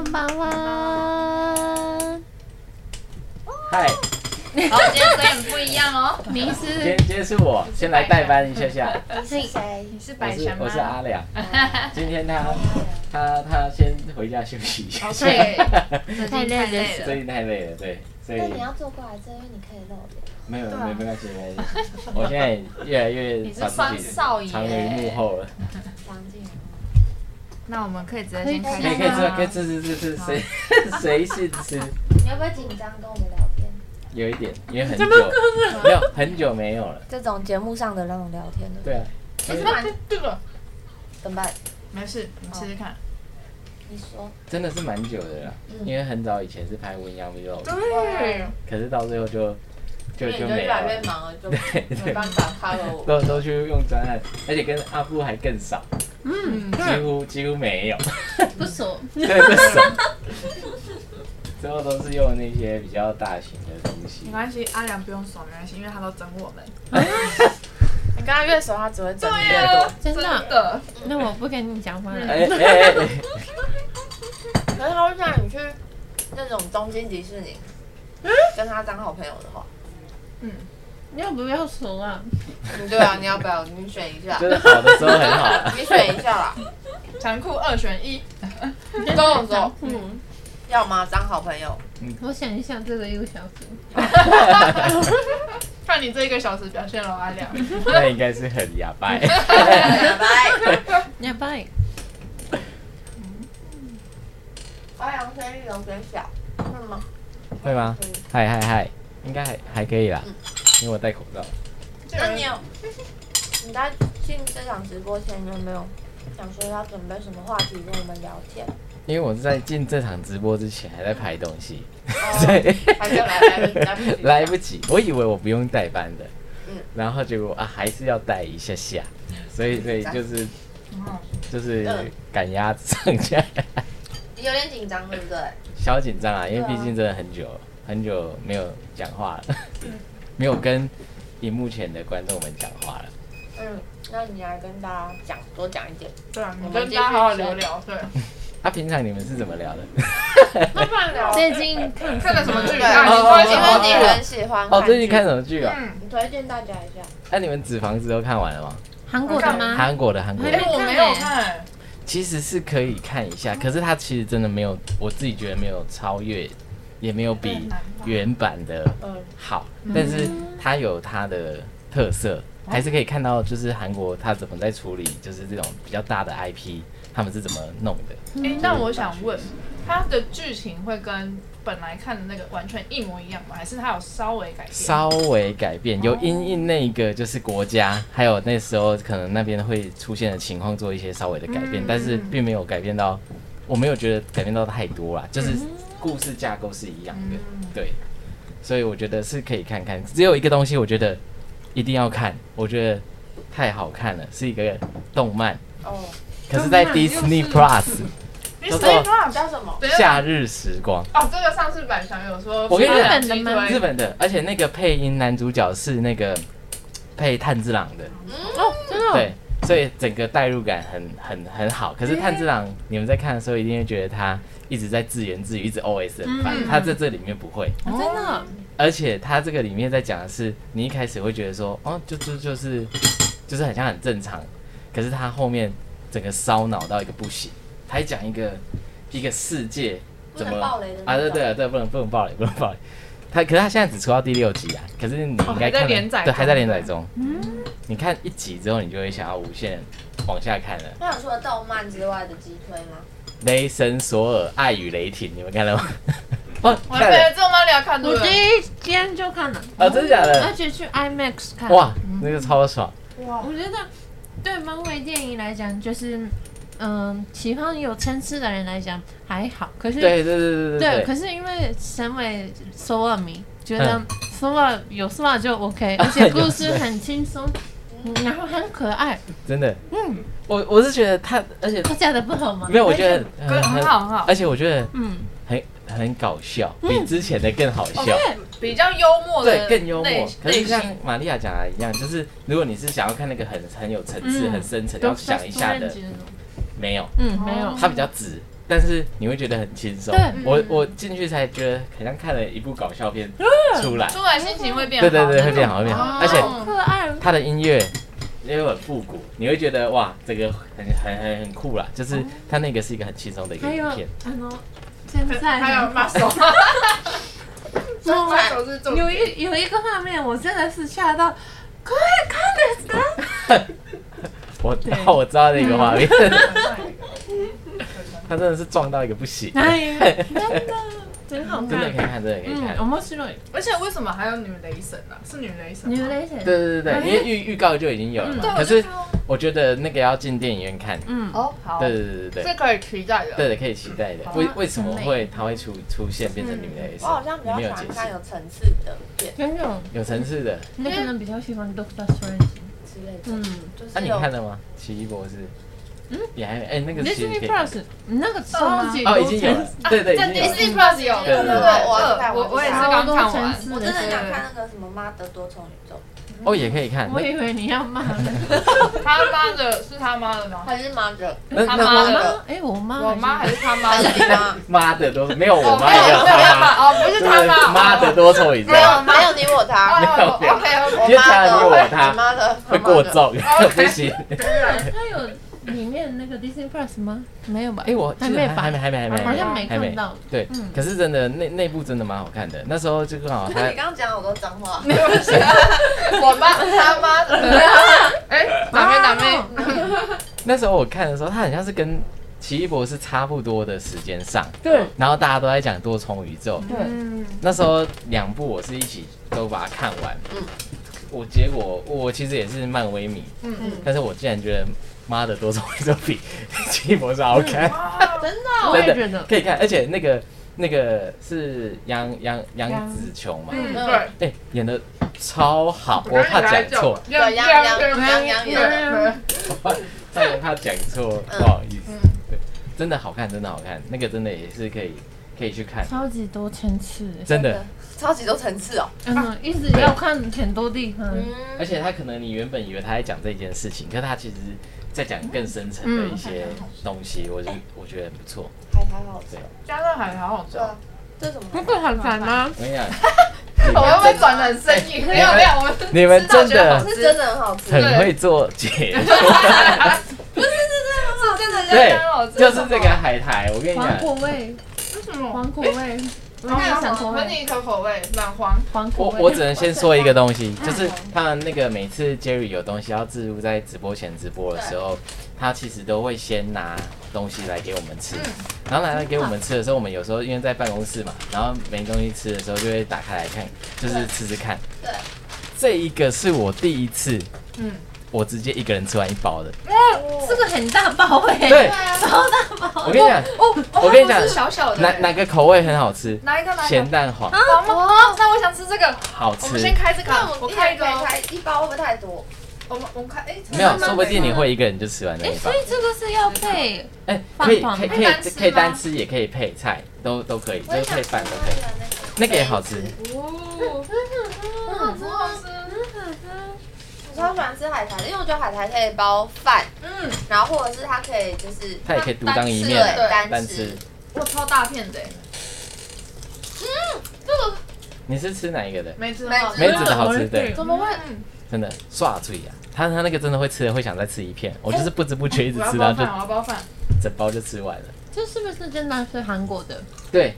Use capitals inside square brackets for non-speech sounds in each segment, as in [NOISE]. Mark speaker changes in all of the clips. Speaker 1: んばんは。
Speaker 2: 嗨，
Speaker 3: 好，今天声音很不一样哦。
Speaker 1: 你
Speaker 2: 今
Speaker 1: 是
Speaker 2: 天今天是我先来代班一下下，
Speaker 1: 是谁？
Speaker 3: 你是
Speaker 2: 我
Speaker 3: 百
Speaker 2: 是
Speaker 3: 祥吗？
Speaker 2: 我是
Speaker 3: [LAUGHS]
Speaker 2: 阿良，今天他他他先回家休息一 [LAUGHS] 下，
Speaker 3: 哦对，最近
Speaker 1: 太
Speaker 3: 太累了
Speaker 2: 最。近太
Speaker 1: 累了
Speaker 2: 累了，对，所以
Speaker 4: 那你要坐过来，这边你可以露脸。
Speaker 2: 没有
Speaker 3: 对啊
Speaker 2: 没没关系没关系，我现在越来越
Speaker 3: 你是
Speaker 2: 把自
Speaker 3: 方
Speaker 2: 己
Speaker 3: 少爷
Speaker 2: 藏于幕后了，
Speaker 4: 张静，
Speaker 3: 那我们可以直接先开始
Speaker 2: 可以可以
Speaker 3: 吗
Speaker 2: 吃可以吃吃
Speaker 3: [LAUGHS]
Speaker 2: 吃吃，谁谁是吃，
Speaker 4: 你会不会紧张跟我们聊天？
Speaker 2: 有一点，因为很久没有很久没有了，
Speaker 4: 这种节目上的那种聊天的，
Speaker 2: 对啊，
Speaker 3: 哎那这这个
Speaker 4: 怎么办？
Speaker 3: 没事，你试试看。
Speaker 4: 你说，
Speaker 2: 真的是蛮久的啦，因为很早以前是拍《温阳 vlog》，
Speaker 3: 嗯对，
Speaker 2: 可是到最后就就
Speaker 5: 因为你
Speaker 2: 就
Speaker 5: 就
Speaker 2: 没
Speaker 5: 越来越
Speaker 2: 了。
Speaker 5: 忙了，就
Speaker 2: 对
Speaker 5: 没
Speaker 2: 对，
Speaker 5: 办法 cover 我。
Speaker 2: [LAUGHS] 都都去用专案，而且跟阿布还更少，
Speaker 3: 嗯，
Speaker 2: 几乎几乎没有，
Speaker 1: [LAUGHS] 不熟。
Speaker 2: [LAUGHS]
Speaker 1: [LAUGHS]
Speaker 2: 对，不少。最后都是用那些比较大型的东西
Speaker 3: 没，关系，阿良不用爽，没关系，因为他都整我们。
Speaker 6: 你跟他越熟，他只会整你
Speaker 3: 对
Speaker 6: 越
Speaker 3: 呀
Speaker 6: 多。，
Speaker 1: 真的
Speaker 3: 的，
Speaker 1: 那我不跟你讲话了。
Speaker 2: 哎哎哎，哎
Speaker 6: 可是他会让你去那种东京迪士尼，跟他当好朋友的话，
Speaker 1: 你要不要熟啊？
Speaker 6: 嗯对啊，你要不要？你选一下
Speaker 2: 就，是好的时候很
Speaker 1: [LAUGHS]
Speaker 2: 好，啊
Speaker 6: 你选一下啦。
Speaker 3: 残酷二选一。
Speaker 6: 跟我说，
Speaker 1: 嗯，
Speaker 6: 要吗？当好朋友，
Speaker 1: 我想一下这个一个小时。
Speaker 3: 看你这一个小时表现了，阿良。
Speaker 2: 那应该是很哑巴。欸
Speaker 1: [LAUGHS]
Speaker 6: 拜。
Speaker 1: 要不然
Speaker 6: 欧阳生日有点小，是吗？
Speaker 2: 会吗？嗨嗨嗨，应该还还可以啦，因为我戴口罩。
Speaker 6: 那你有你在进这场直播前有没有想说要准备什么话题跟我们聊天？
Speaker 2: 因为我是在进这场直播之前还在拍东西， [LAUGHS]
Speaker 6: 哦
Speaker 2: 所以
Speaker 6: 还是来来不及来不及
Speaker 2: 来不及。我以为我不用代班的，
Speaker 6: 嗯
Speaker 2: 然后结果啊还是要带一下下，所以所以就是就是
Speaker 6: 嗯
Speaker 2: 赶鸭子上架， [LAUGHS]
Speaker 6: 你有点紧张，对不对？
Speaker 2: 小紧张啊，因为毕竟真的很久很久没有讲话了， [LAUGHS] 没有跟荧幕前的观众们讲话了。
Speaker 6: 嗯，那你来跟大家讲多讲一点。
Speaker 3: 对啊，你
Speaker 6: 我们
Speaker 3: 跟
Speaker 6: 继续
Speaker 3: 大家好好聊聊。对，
Speaker 2: 啊，平常你们是怎么聊的？
Speaker 6: 那不然聊
Speaker 1: 最近看
Speaker 3: 看了什么
Speaker 6: [LAUGHS] 对，
Speaker 3: 剧
Speaker 6: 因
Speaker 3: 啊？你说什么
Speaker 6: 为
Speaker 3: 剧
Speaker 6: 你很喜欢
Speaker 2: 哦，最近看
Speaker 6: 剧
Speaker 2: 什么剧啊？
Speaker 3: 嗯，
Speaker 6: 你推荐大家一下。
Speaker 2: 那、你们《纸房子》都看完了吗？
Speaker 1: 韩国的吗？
Speaker 2: 韩国的韩国
Speaker 3: 哎
Speaker 2: 的，，
Speaker 3: 我没有看。
Speaker 2: 其实是可以看一下，可是它其实真的没有，我自己觉得没有超越，也没有比原版的
Speaker 6: 嗯，
Speaker 2: 好，但是它有它的特色，还是可以看到就是韩国它怎么在处理就是这种比较大的 IP，他们是怎么弄的。
Speaker 3: 哎、那我想问，它的剧情会跟本来看的那个完全一模一样吗？还是它有稍微改变？
Speaker 2: 稍微改变，有因应那个就是国家，还有那时候可能那边会出现的情况做一些稍微的改变，
Speaker 3: 嗯
Speaker 2: 但是并没有改变到，我没有觉得改变到太多啦，就是故事架构是一样的，对，所以我觉得是可以看看。只有一个东西，我觉得一定要看，我觉得太好看了，是一个动漫，
Speaker 6: 哦，
Speaker 2: 可是在
Speaker 1: 动漫又是
Speaker 2: Disney Plus
Speaker 3: 你
Speaker 2: 叫
Speaker 3: 谁
Speaker 2: 做
Speaker 3: 吧？
Speaker 6: 叫什么？
Speaker 3: 等一下
Speaker 2: 夏日时光。
Speaker 3: 啊哦，这个上次版权有说，
Speaker 2: 我跟你讲
Speaker 3: 日
Speaker 1: 日本的吗
Speaker 2: 日本的，而且那个配音男主角是那个配炭治郎的，
Speaker 3: 嗯
Speaker 1: 哦，真的哦。
Speaker 2: 对，所以整个代入感很很很好。可是
Speaker 3: 嗯
Speaker 2: 炭治郎，你们在看的时候一定会觉得他一直在自言自语，一直 OS 很烦。
Speaker 3: 嗯
Speaker 2: 他在这里面不会，
Speaker 1: 哦真的哦。
Speaker 2: 而且他这个里面在讲的是，你一开始会觉得说，哦，就就就是就是很像很正常，可是他后面整个烧脑到一个不行，他一讲一个一个世界
Speaker 4: 不
Speaker 2: 怎
Speaker 4: 能
Speaker 2: 么
Speaker 4: 爆雷的那
Speaker 2: 啊？对
Speaker 4: 种
Speaker 2: 对啊对，不能不能爆雷，不能爆雷。他可是他现在只出到第六集啊，可是你
Speaker 4: 哦
Speaker 2: 应该
Speaker 3: 还在
Speaker 2: 看了
Speaker 3: 连载
Speaker 2: 对，还在
Speaker 3: 中
Speaker 2: 连载中。
Speaker 4: 嗯
Speaker 2: 你看一集之后，你就会想要无限往下看了。
Speaker 4: 嗯
Speaker 6: 那有除了动漫之外的击推吗？
Speaker 2: 雷神索尔爱与雷霆，你们看了吗？哦，
Speaker 3: 我们
Speaker 2: [LAUGHS] 看
Speaker 3: 被
Speaker 2: 了，
Speaker 3: 咒骂聊看多
Speaker 1: 我
Speaker 3: 了。
Speaker 1: 第一天就看了，
Speaker 2: 哦，真的假
Speaker 1: 而
Speaker 2: 的？
Speaker 1: 且去 IMAX 看。
Speaker 2: 哇，那个超爽。
Speaker 3: 哇，
Speaker 1: 我觉得对漫威电影来讲，就是嗯，喜欢有层次的人来讲还好，可
Speaker 4: 嗯
Speaker 1: 是
Speaker 2: 对对对对
Speaker 1: 对
Speaker 2: 对
Speaker 1: 可是因为身为索尔迷，觉得
Speaker 2: 嗯
Speaker 1: 索尔有索尔就 OK，、而
Speaker 2: [LAUGHS]
Speaker 1: 且故事很轻松，嗯然后很可爱，
Speaker 2: 真的。
Speaker 1: 嗯，
Speaker 2: 我我是觉得他，而且
Speaker 1: 他讲的不好吗？
Speaker 2: 没有，我觉得
Speaker 3: 很很好很好
Speaker 2: 而且我觉得
Speaker 1: 嗯，
Speaker 2: 很很搞笑，比之前的更好笑。
Speaker 3: 比较幽
Speaker 1: 哦
Speaker 3: 默的类，
Speaker 2: 对，更幽默。可是
Speaker 3: 类
Speaker 2: 像
Speaker 3: 型
Speaker 2: 玛利亚讲的一样，就是如果你是想要看那个很很有层次、
Speaker 1: 嗯
Speaker 2: 很深层，
Speaker 1: 都
Speaker 2: 要想一下的，
Speaker 1: 都是认知那种
Speaker 2: 没有，
Speaker 1: 嗯，没有，嗯
Speaker 2: 它比较直，但是你会觉得很轻松
Speaker 1: 对。
Speaker 2: 我我进去才觉得很像看了一部搞笑片
Speaker 1: 嗯
Speaker 2: 出来，
Speaker 3: 出来心情会变好，
Speaker 2: 对对对，会变好会变好，而且
Speaker 1: 好可爱，
Speaker 2: 它的音乐也很复古，你会觉得哇，这个很很很很酷啦，就是它那个是一个很轻松的一个
Speaker 1: 还有
Speaker 2: 影片。
Speaker 1: 很多现在
Speaker 3: 还有 muscle，
Speaker 1: Oh my-
Speaker 3: 手是重
Speaker 1: 有
Speaker 3: 点。
Speaker 1: 一有一个画面，我真的是吓到，快看的死！
Speaker 2: 我哦，我知道那个画面，他真的是撞到一个不行，
Speaker 1: 哎呀，真的真好
Speaker 2: 真的可以
Speaker 1: 看。
Speaker 2: 看，真的可以看。
Speaker 1: 嗯，面白い。
Speaker 3: [LAUGHS] 而且为什么还有女雷神啊？是女雷神吗？
Speaker 1: 女雷神，
Speaker 2: 对对对对，因为预预告就已经有了
Speaker 3: 对，
Speaker 2: 嘛。
Speaker 3: 我
Speaker 2: 可
Speaker 3: 就是看到
Speaker 2: 我觉得那个要进电影院看，
Speaker 1: 嗯，
Speaker 6: 哦，好，
Speaker 2: 对对对对
Speaker 3: 是
Speaker 2: 对，
Speaker 3: 可以期待的。
Speaker 2: 对的，可以期待的。为
Speaker 1: 啊
Speaker 2: 为什么
Speaker 1: 很美
Speaker 2: 会它会出出现变成女的 S？
Speaker 6: 我好像比
Speaker 2: 你
Speaker 6: 较
Speaker 2: 没
Speaker 6: 喜
Speaker 2: 有解
Speaker 6: 欢看
Speaker 2: 释，
Speaker 6: 有层次的片
Speaker 1: 真的，
Speaker 2: 有层次的。
Speaker 1: 那可能比较喜欢 Doctor Strange。
Speaker 6: 之类的，
Speaker 1: 嗯
Speaker 6: 就是
Speaker 2: 那啊你
Speaker 6: 有
Speaker 2: 看了吗？奇异博士？嗯，你还哎那个其实可
Speaker 1: ，Disney
Speaker 2: 以看
Speaker 1: Plus 那个超级
Speaker 2: 哦，已经有了，对对，
Speaker 3: 在
Speaker 2: 已经有了。
Speaker 3: 啊 Disney Plus 有，
Speaker 2: 对对对
Speaker 3: 二呃我我也是刚看完。
Speaker 6: 我真的想看那个什么《妈的多重宇宙》，
Speaker 2: 哦，也可以看。
Speaker 1: 我
Speaker 2: 那
Speaker 1: 以为你要骂
Speaker 3: 他妈的是他妈的吗？
Speaker 6: 还是妈的，
Speaker 2: 那
Speaker 3: 他
Speaker 2: 那
Speaker 3: 妈
Speaker 1: 我
Speaker 3: 的，
Speaker 1: 妈，哎，我妈，
Speaker 3: 我妈还是他妈
Speaker 6: 还
Speaker 3: 的
Speaker 6: 是？你妈？
Speaker 2: 妈的都没有我
Speaker 3: 哦
Speaker 2: 妈
Speaker 3: 没
Speaker 2: 也
Speaker 3: 有
Speaker 2: 有
Speaker 3: 没有
Speaker 2: 他妈，
Speaker 3: 妈哦，不是
Speaker 2: 真
Speaker 3: 他妈，
Speaker 2: 的妈的多重宇宙
Speaker 6: 没，有，没有你我他，
Speaker 3: 哦。
Speaker 2: 没有
Speaker 3: OK OK，
Speaker 6: 哎我
Speaker 2: 你就
Speaker 6: 妈
Speaker 2: 加了
Speaker 6: 的，
Speaker 2: 你我他
Speaker 6: 你妈的，
Speaker 2: 会
Speaker 6: 我妈
Speaker 2: 过
Speaker 6: 的。
Speaker 2: [LAUGHS] 重，不行。
Speaker 1: 它有里面那个 Disney Plus 吗？没有吧？
Speaker 2: 哎，我
Speaker 1: 还没吧
Speaker 2: 还没还没还没，
Speaker 1: 好像
Speaker 2: 还
Speaker 1: 没
Speaker 2: 还
Speaker 1: 看到。
Speaker 2: 对，
Speaker 1: 嗯
Speaker 2: 可是真的那那部真的蛮好看的，那时候就刚好他
Speaker 6: 你刚刚讲好多脏话，
Speaker 3: 我妈他妈的，哎，哪边哪边？
Speaker 2: 那时候我看的时候，他很像是跟奇异博士差不多的时间上，
Speaker 1: 对，
Speaker 2: 然后大家都在讲多重宇宙，
Speaker 3: 嗯，
Speaker 2: 那时候两部我是一起都把它看完，
Speaker 6: 嗯
Speaker 2: 我结果我其实也是漫威迷，
Speaker 3: 嗯嗯
Speaker 2: 但是我竟然觉得妈的多重宇宙比 [LAUGHS] 奇异博士好看，
Speaker 3: 嗯真的
Speaker 1: 我
Speaker 2: 真
Speaker 1: 也
Speaker 2: 的
Speaker 1: 觉得，
Speaker 2: 可以看，而且那个那个是杨杨杨紫琼嘛，
Speaker 3: 嗯对，
Speaker 2: 哎、演的超好，我怕讲错，，
Speaker 6: 对，杨杨杨杨杨，
Speaker 3: 对
Speaker 2: 差点怕讲错，
Speaker 6: 嗯
Speaker 2: 不好意思
Speaker 3: 嗯，
Speaker 2: 对，真的好看，真的好看，那个真的也是可以可以去看，
Speaker 1: 超级多层次，
Speaker 2: 真的，
Speaker 6: 超级多层次哦。
Speaker 2: 啊
Speaker 1: 嗯，一直要看很多地方。
Speaker 2: 而
Speaker 6: 嗯，
Speaker 2: 且他可能你原本以为他在讲这件事情，可他其实在讲更深层的一些东西，我就我觉得很不错。
Speaker 6: 还还好吃
Speaker 2: 对。
Speaker 3: 加热海好好吃
Speaker 6: 对。啊，这什么？
Speaker 1: 不过好烦啊！
Speaker 2: 我跟你讲，
Speaker 3: 我会不会转成声音？没有没有，我们
Speaker 2: 你们真的
Speaker 6: 是真的很好吃。
Speaker 2: 很会做解说，
Speaker 3: 真的
Speaker 2: 对
Speaker 3: 真的好，吃，
Speaker 2: 就是这个海苔。我跟你
Speaker 1: 黄
Speaker 2: 讲，
Speaker 1: 果味，
Speaker 3: 为什么？
Speaker 1: 黄果味，黄
Speaker 3: 那
Speaker 1: 果
Speaker 3: 个
Speaker 1: 想
Speaker 3: 黄
Speaker 1: 口
Speaker 3: 温
Speaker 1: 味，
Speaker 3: 尼可口味软黄，
Speaker 1: 黄
Speaker 2: 我
Speaker 1: 果味。
Speaker 2: 我只能先说嗯一个东西，就是他们那个每次 Jerry 有东西要置入在直播前直播的时候，他其实都会先拿东西来给我们吃，嗯然后拿来给我们吃的时候，我们有时候因为在办公室嘛，然后没东西吃的时候就会打开来看，就是吃吃看。
Speaker 6: 对，
Speaker 2: 这一个是我第一次，
Speaker 3: 嗯，
Speaker 2: 我直接一个人吃完一包的。
Speaker 1: 这个很大包哎，
Speaker 2: 对，
Speaker 1: 超大包。
Speaker 2: 我跟你讲，
Speaker 3: 哦，
Speaker 2: 我跟你讲
Speaker 3: 它不是小小的，
Speaker 2: 哪哪个口味很好吃？
Speaker 3: 哪一个哪一个
Speaker 2: 咸？蛋黄
Speaker 3: 好吗？哦那我想吃这个，
Speaker 2: 好
Speaker 3: 我们
Speaker 2: 吃
Speaker 3: 先。开这个
Speaker 6: 那，
Speaker 3: 我
Speaker 6: 我
Speaker 3: 开
Speaker 6: 开
Speaker 3: 一
Speaker 6: 可
Speaker 3: 个
Speaker 6: 以
Speaker 3: 哦，
Speaker 6: 开一包会不会太多？
Speaker 3: 我们我们开，哎，
Speaker 2: 没有，说不定你会一个人就吃完那
Speaker 1: 哎，
Speaker 2: 一包
Speaker 1: 所以。这个是要配
Speaker 2: 哎，可以
Speaker 1: 饭
Speaker 2: 可以
Speaker 1: 团
Speaker 2: 可以
Speaker 3: 可以单吃吗
Speaker 2: 可以单吃，也可以配菜，都都可以，就是配饭都可以。那个也好吃，
Speaker 3: 哦，
Speaker 1: 好
Speaker 3: 好好吃，
Speaker 6: 我超喜欢吃海苔的，因为我觉得海苔可以包饭，
Speaker 3: 嗯，
Speaker 6: 然后或者是它可以就是
Speaker 2: 它也可以独当一
Speaker 6: 单吃
Speaker 2: 面
Speaker 6: 对
Speaker 2: 啊，单
Speaker 6: 单
Speaker 2: 吃
Speaker 6: 吃。
Speaker 3: 哇，超大片的，
Speaker 2: 你是吃哪一个的？
Speaker 3: 梅子
Speaker 6: 梅
Speaker 3: 好
Speaker 6: 子
Speaker 3: 吃
Speaker 2: 梅子的好吃，对，
Speaker 3: 怎么会？
Speaker 2: 真的刷嘴啊！他他那个真的会吃的会想再吃一片，我就是不知不觉一直
Speaker 3: 我要
Speaker 2: 吃，
Speaker 3: 包
Speaker 2: 然后
Speaker 3: 饭，我
Speaker 2: 就
Speaker 3: 要包饭，
Speaker 2: 整包就吃完了。
Speaker 1: 这是不是真的是韩国的？
Speaker 2: 对。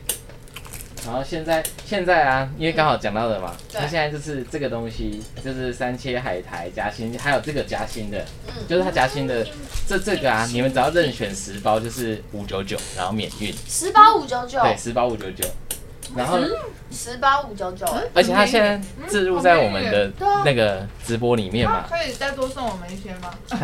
Speaker 2: 然后现在现在啊，因为刚好讲到的嘛，
Speaker 6: 对
Speaker 2: 那现在就是这个东西，就是三切海苔夹心，还有这个夹心的，
Speaker 6: 嗯
Speaker 2: 就是它夹心的这这个啊，你们只要任选十包就是五九九，然后免运，
Speaker 6: 十包五九嗯九，
Speaker 2: 对，十包五九九。然后，
Speaker 6: 十包五九九，欸
Speaker 2: 而且它现在置入在我们的
Speaker 6: 嗯好便宜耶
Speaker 2: 那个直播里面
Speaker 3: 那
Speaker 2: 嘛，
Speaker 3: 啊可以再多送我们一些吗？
Speaker 2: 这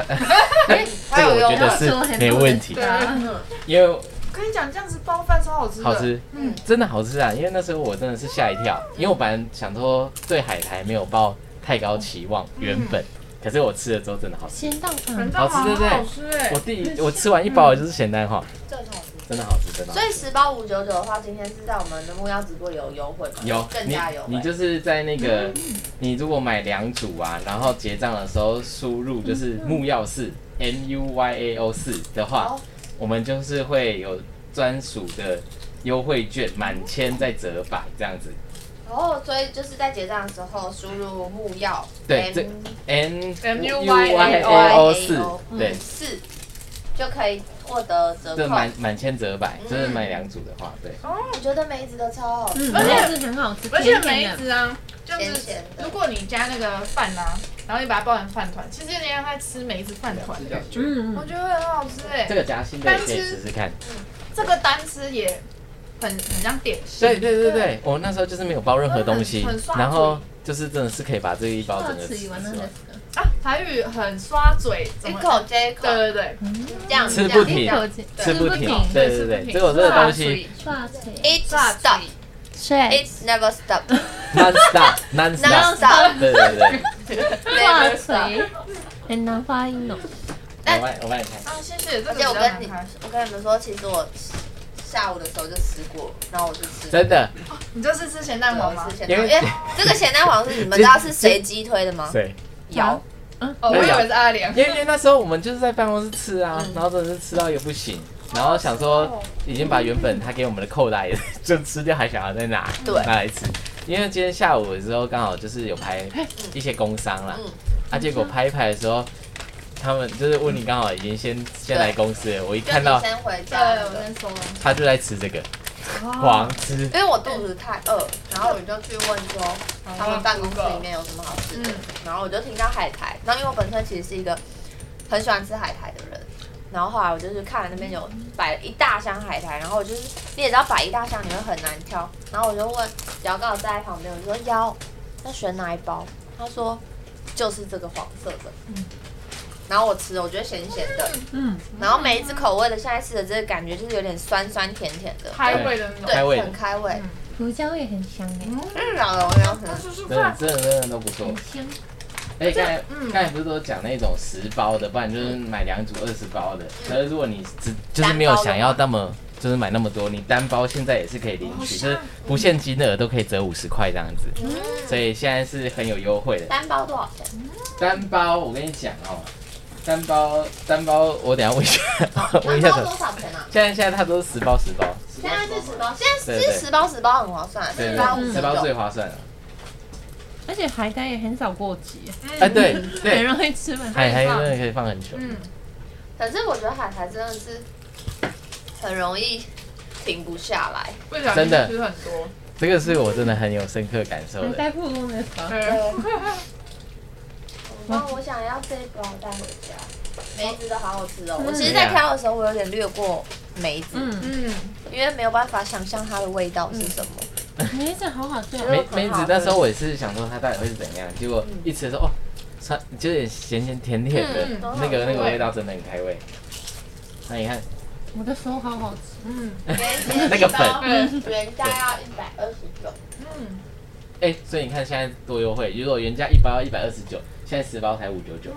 Speaker 2: 个我
Speaker 6: 哎
Speaker 2: 觉得是没问题
Speaker 3: 对，，
Speaker 1: 啊
Speaker 2: 因为
Speaker 3: 我跟你讲，这样子包饭超好吃的，
Speaker 2: 好吃，
Speaker 3: 嗯
Speaker 2: 真的好吃啊！因为那时候我真的是吓一跳，因为我本来想说对海苔没有抱太高期望，原本，
Speaker 6: 嗯
Speaker 2: 可是我吃了之后真的好吃。
Speaker 1: 咸蛋
Speaker 3: 粉
Speaker 1: 嗯黄，
Speaker 3: 蛋
Speaker 2: 好
Speaker 3: 黄
Speaker 2: 吃对不对
Speaker 3: 好吃
Speaker 6: 嗯
Speaker 3: 哎
Speaker 2: 我，第一我吃完一包就是咸蛋黄，
Speaker 6: 这很好吃。
Speaker 2: 真的好吃，真的好
Speaker 6: 所以
Speaker 2: 吃。
Speaker 6: 十包五九九的话，今天是在我们的木曜直播有优惠吗？
Speaker 2: 有
Speaker 6: 更
Speaker 2: 你
Speaker 6: 加优惠。
Speaker 2: 你就是在那个你如果买两组啊，然后结账的时候输入就是木曜四 M U Y A O 四的话
Speaker 6: 哦，
Speaker 2: 我们就是会有专属的优惠券，满千再折百这样子。
Speaker 6: 然后所以就是在结账的时候输入木曜
Speaker 2: 对，这
Speaker 6: M
Speaker 2: N
Speaker 3: M U Y A
Speaker 2: Y
Speaker 3: O
Speaker 2: A
Speaker 6: O
Speaker 2: O
Speaker 6: 四
Speaker 2: 四，对，
Speaker 6: 四就可以获得折
Speaker 2: 这
Speaker 6: 扣。
Speaker 3: 嗯
Speaker 2: 满满千折百，这是买两组的话，对，
Speaker 3: 哦
Speaker 6: 我觉得梅子的超好吃，
Speaker 1: 嗯，
Speaker 3: 而且
Speaker 1: 而且是很好吃，
Speaker 3: 而且
Speaker 1: 甜
Speaker 3: 梅
Speaker 1: 甜的，
Speaker 3: 子啊，就是
Speaker 6: 甜甜的
Speaker 3: 如果你加那个饭啊，然后你把它包成饭团，其实有点像在吃梅子饭团的感觉，
Speaker 1: 嗯
Speaker 3: 我
Speaker 1: 嗯，
Speaker 3: 觉得很好吃哎、
Speaker 2: 这个夹心的也可以试试看。
Speaker 3: 这个单吃也很很像点心，
Speaker 2: 对对对对，我那时候就是没有包任何东西
Speaker 3: 嗯很很，爽
Speaker 2: 然后就是真的是可以把这一包整个
Speaker 1: 二
Speaker 2: 吃
Speaker 1: 次
Speaker 2: 吃
Speaker 1: 元なんで
Speaker 2: 完
Speaker 1: す。か
Speaker 3: 啊，台语很刷嘴，怎
Speaker 6: 一
Speaker 3: 么
Speaker 6: 口嗯接一口，
Speaker 3: 对对对，
Speaker 6: 酱
Speaker 2: 吃不停
Speaker 1: 一口气
Speaker 2: 吃不停，对对对，
Speaker 3: 对
Speaker 2: 这个这个东西
Speaker 1: 刷嘴
Speaker 6: It stop,
Speaker 3: 嘴
Speaker 6: it
Speaker 2: [LAUGHS]
Speaker 6: never stop,
Speaker 2: non
Speaker 3: [LAUGHS]
Speaker 2: stop non stop，
Speaker 6: non stop,
Speaker 2: 对对 [LAUGHS] 对，
Speaker 1: 刷
Speaker 6: never stop。
Speaker 1: 嘴，很难发音哦。
Speaker 6: 但
Speaker 2: 我帮你我帮你看，
Speaker 3: 啊，谢谢，这个
Speaker 6: 而
Speaker 3: 比
Speaker 6: 且
Speaker 3: 较
Speaker 6: 我跟你
Speaker 3: 难开，
Speaker 6: 我跟你们说，其实我下午的时候就吃过，然后我就吃。
Speaker 2: 真的，
Speaker 3: 你就是吃咸蛋黄吗
Speaker 6: 我？吃咸
Speaker 2: 因
Speaker 6: 蛋
Speaker 2: 为
Speaker 6: 黄，因为这个咸蛋黄是你们知道是谁鸡推的
Speaker 2: [LAUGHS]
Speaker 6: 吗？
Speaker 2: 对，
Speaker 6: 姚，
Speaker 3: 哦，我以为是阿良，
Speaker 2: 因为因为那时候我们就是在办公室吃啊，
Speaker 3: 嗯
Speaker 2: 然后真的是吃到也不行，然后想
Speaker 3: 哦
Speaker 2: 说已经把原本他给我们的扣打也 [LAUGHS] 就吃掉，还想要再拿
Speaker 6: 对
Speaker 2: 拿来吃。因为今天下午的时候刚好就是有拍一些工商啦
Speaker 6: 嗯，
Speaker 2: 啊，结果拍一拍的时候，他们就是问你刚好已经先先来公司了，我一
Speaker 6: 就
Speaker 2: 看
Speaker 6: 你
Speaker 2: 到
Speaker 6: 先回
Speaker 3: 对，
Speaker 6: 家
Speaker 3: 我
Speaker 6: 那个，
Speaker 3: 先说了，
Speaker 2: 他就在吃这个，
Speaker 3: 哦
Speaker 2: 狂吃，
Speaker 6: 因为我肚子太饿，然后我就去问说他们办公室里面有什么好吃的
Speaker 3: 嗯，
Speaker 6: 然后我就听到海苔，然后因为我本身其实是一个很喜欢吃海苔的人，然后后来我就是看了那边有摆了一大箱海苔，然后我就是你也知道摆一大箱你会很难挑，然后我就问姚刚好站在旁边，我就说姚，那选哪一包？他说就是这个黄色的，然后我吃了，我觉得咸咸的，
Speaker 1: 嗯，
Speaker 6: 然后每一只口味的现在吃的这个感觉就是有点酸酸甜甜的，
Speaker 3: 开胃的那种，
Speaker 2: 开胃
Speaker 6: 对，很开胃，
Speaker 3: 嗯
Speaker 1: 胡椒也很香哎，
Speaker 6: 嗯，老龙要
Speaker 3: 那叔叔
Speaker 2: 真的
Speaker 3: 饭，
Speaker 2: 真的真的都不错
Speaker 1: 很。香。
Speaker 2: 哎，刚才
Speaker 3: 嗯
Speaker 2: 刚才不是都讲那种十包的，不然就是买两组二十包的。可是如果你只就是没有想要那么就是买那么多，你单包现在也是可以领取，就是不限金额都可以折五十块这样子，所以现在是很有优惠的。
Speaker 6: 单包多少钱？
Speaker 2: 单包我跟你讲哦，单包单包我等一下问一下，问 [LAUGHS] 一
Speaker 6: 单
Speaker 2: 下
Speaker 6: 啊包
Speaker 2: 怎
Speaker 6: 多
Speaker 2: 么。
Speaker 6: 少钱啊？
Speaker 2: 现在现在它都是十包十包，
Speaker 6: 现在是十包，现在
Speaker 2: 对
Speaker 6: 其
Speaker 2: 对
Speaker 6: 实十包十包很划算，
Speaker 2: 对
Speaker 6: 十
Speaker 2: 对
Speaker 6: 包五
Speaker 2: 对，
Speaker 6: 十
Speaker 2: 十包最
Speaker 6: 九，
Speaker 2: 划算了。
Speaker 1: 而且海苔也很少过期，
Speaker 2: 哎，对
Speaker 1: 很
Speaker 2: 对，
Speaker 1: 容易吃完。
Speaker 2: 海苔真的可以放很久。
Speaker 3: 嗯，
Speaker 6: 可是我觉得海苔真的是很容易停不下来。
Speaker 3: 不小心
Speaker 2: 真的
Speaker 3: 吃很多，
Speaker 2: 这个是我真的很有深刻感受
Speaker 1: 海
Speaker 2: 的。
Speaker 1: 苔不用的少。
Speaker 3: 对，
Speaker 6: 那我想要这一包带回家，梅子的好好吃哦。
Speaker 1: 嗯
Speaker 6: 我其实，在挑的时候我有点略过梅子，
Speaker 1: 嗯，
Speaker 3: 嗯，
Speaker 6: 因为没有办法想象它的味道是什么。
Speaker 1: 梅子好好吃哦。
Speaker 2: 梅梅子那时候我也是想说它到底会是怎样，结果一吃的时候哦，酸就有点咸咸甜甜的，
Speaker 3: 嗯
Speaker 2: 那个那个味道真的很开胃。那你看
Speaker 1: 我的手好好吃。
Speaker 3: 嗯，
Speaker 2: [LAUGHS]
Speaker 6: 原
Speaker 2: 那个粉
Speaker 3: 嗯
Speaker 6: 原价要一百二十九，
Speaker 3: 嗯，
Speaker 2: 哎、所以你看现在多优惠，如果原价一包一百二十九，现在十包才五九九，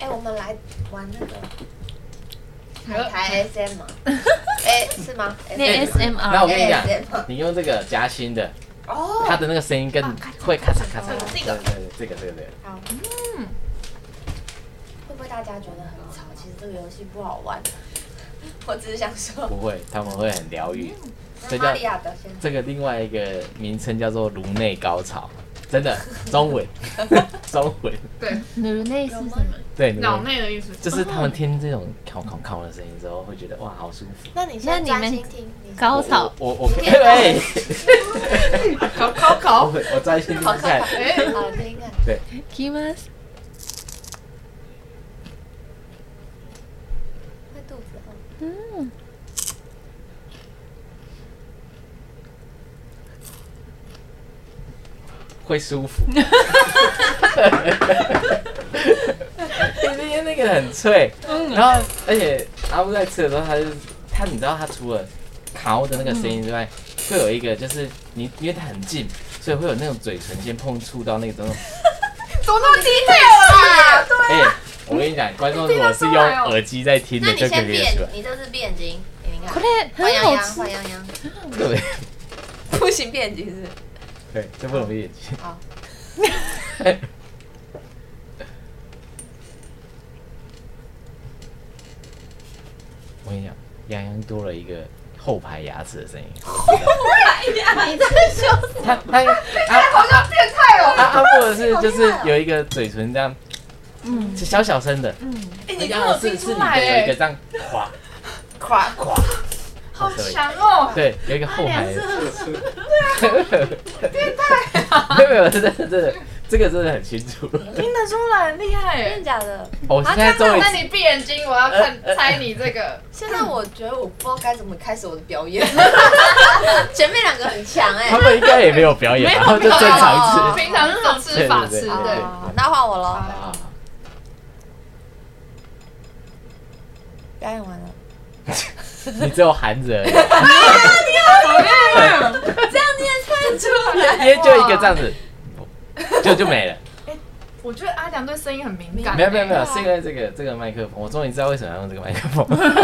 Speaker 6: 哎，我们来玩那个
Speaker 3: 呃
Speaker 6: 海苔 SM 吗？哎，是吗？
Speaker 1: 那 SMR
Speaker 2: 那我跟你讲
Speaker 6: ASMR，
Speaker 2: 你用这个夹心的，
Speaker 6: 哦，
Speaker 2: 它的那个声音更会啊咔嚓咔嚓。
Speaker 3: 这
Speaker 2: 对
Speaker 3: 个
Speaker 2: 对对，这个这个这个。
Speaker 6: 好，会不会大家觉得很吵？其实这个游戏不好玩。 [LAUGHS] 我只是想说，
Speaker 2: 不会，他们会很疗愈。这
Speaker 6: 那
Speaker 2: 叫
Speaker 6: 玛利亚表现
Speaker 2: 这个另外一个名称叫做颅内高潮，真的中文，中文
Speaker 3: 对，
Speaker 1: 乳内是什么？
Speaker 2: 对，
Speaker 3: 脑内的意思，
Speaker 2: 就是他们听这种烤烤烤的声音之后，会觉得哇，好舒服。
Speaker 6: 那你
Speaker 1: 那
Speaker 6: 先
Speaker 1: 你
Speaker 6: 专
Speaker 1: 们
Speaker 6: 心听，你
Speaker 1: 高潮。
Speaker 2: 我我我哎，
Speaker 3: 烤烤
Speaker 2: 我
Speaker 3: 烤，
Speaker 2: 我专心听
Speaker 6: 好看
Speaker 2: 看
Speaker 6: 好。
Speaker 3: 哎，
Speaker 6: 好听啊！
Speaker 1: きます。
Speaker 6: 会肚子饿。
Speaker 1: 嗯，
Speaker 2: 会舒服。因为那个很脆，
Speaker 3: 嗯
Speaker 2: 然后而且阿布在吃的时候，他就是他，你知道他除了烤的那个声音之外，会有一个就是你因为它很近，所以会有那种嘴唇先碰触到那个东西。
Speaker 3: 多么低调啊！
Speaker 2: 哎、我跟你讲，观众如果是用
Speaker 3: 哦
Speaker 2: 耳机在听
Speaker 6: 那
Speaker 2: 的，
Speaker 6: 你
Speaker 2: 就可
Speaker 6: 先
Speaker 2: 以听得出
Speaker 6: 变
Speaker 2: 来，。
Speaker 6: 你这是啊变形，你听
Speaker 1: こ
Speaker 6: 看。
Speaker 1: れ
Speaker 6: 换
Speaker 1: 很
Speaker 6: 洋
Speaker 1: 好
Speaker 6: 洋，
Speaker 1: 吃
Speaker 6: 换。洋洋，
Speaker 2: 对
Speaker 6: 不行变形是？
Speaker 2: 对，这不容易。 [LAUGHS]
Speaker 6: 好，
Speaker 2: 我跟你讲，洋洋多了一个后排牙齿的声音。
Speaker 1: 你在说
Speaker 2: 他他啊
Speaker 6: 好像变态哦！
Speaker 2: 啊啊，或者是就是有一个嘴唇这样，
Speaker 1: 嗯
Speaker 2: 小小声的，
Speaker 1: 嗯，
Speaker 3: 哎，你
Speaker 2: 然
Speaker 3: 跟
Speaker 2: 后
Speaker 3: 我
Speaker 2: 是
Speaker 3: 听
Speaker 2: 是
Speaker 3: 出
Speaker 2: 你
Speaker 3: 来
Speaker 2: 的有一个
Speaker 3: 哎，
Speaker 2: 这样垮
Speaker 6: 夸
Speaker 2: 垮，
Speaker 3: 好
Speaker 2: 声音
Speaker 3: 强哦！
Speaker 2: [LAUGHS] 对，有一个后排的，
Speaker 3: 啊
Speaker 1: 啊
Speaker 2: [LAUGHS] 没有没有，真的真的，这个真的很清
Speaker 1: [LAUGHS]
Speaker 2: 楚。
Speaker 3: 听得出来，很厉害
Speaker 4: 真
Speaker 3: 哎
Speaker 4: 的！假的？
Speaker 2: 我现在哎终于呃
Speaker 3: 那你闭眼睛，我要看猜你这个。
Speaker 6: 现在我觉得我不知道该怎么开始我的表演，前面两个很强哎、
Speaker 2: 他们应该也没有表演，
Speaker 1: [LAUGHS] 没有
Speaker 2: 然后呃就正常
Speaker 6: 哦
Speaker 2: 吃。
Speaker 3: 平常是怎么吃法吃
Speaker 2: 对对
Speaker 3: 的？
Speaker 6: 啊，那换我喽，
Speaker 3: 好
Speaker 2: 啊，
Speaker 6: 表演完了，
Speaker 2: 你只有含着
Speaker 1: [LAUGHS]
Speaker 2: 而已，
Speaker 1: 啊
Speaker 2: [LAUGHS] 因为就一个这样子，就就
Speaker 1: [LAUGHS]
Speaker 2: 没了。
Speaker 3: 我觉得阿良对声音很敏感。啊
Speaker 2: 没有没有没有，是因为这个这个麦克风，我终于知道为什么要用这个麦克
Speaker 1: [LAUGHS]
Speaker 2: 风。
Speaker 6: 声音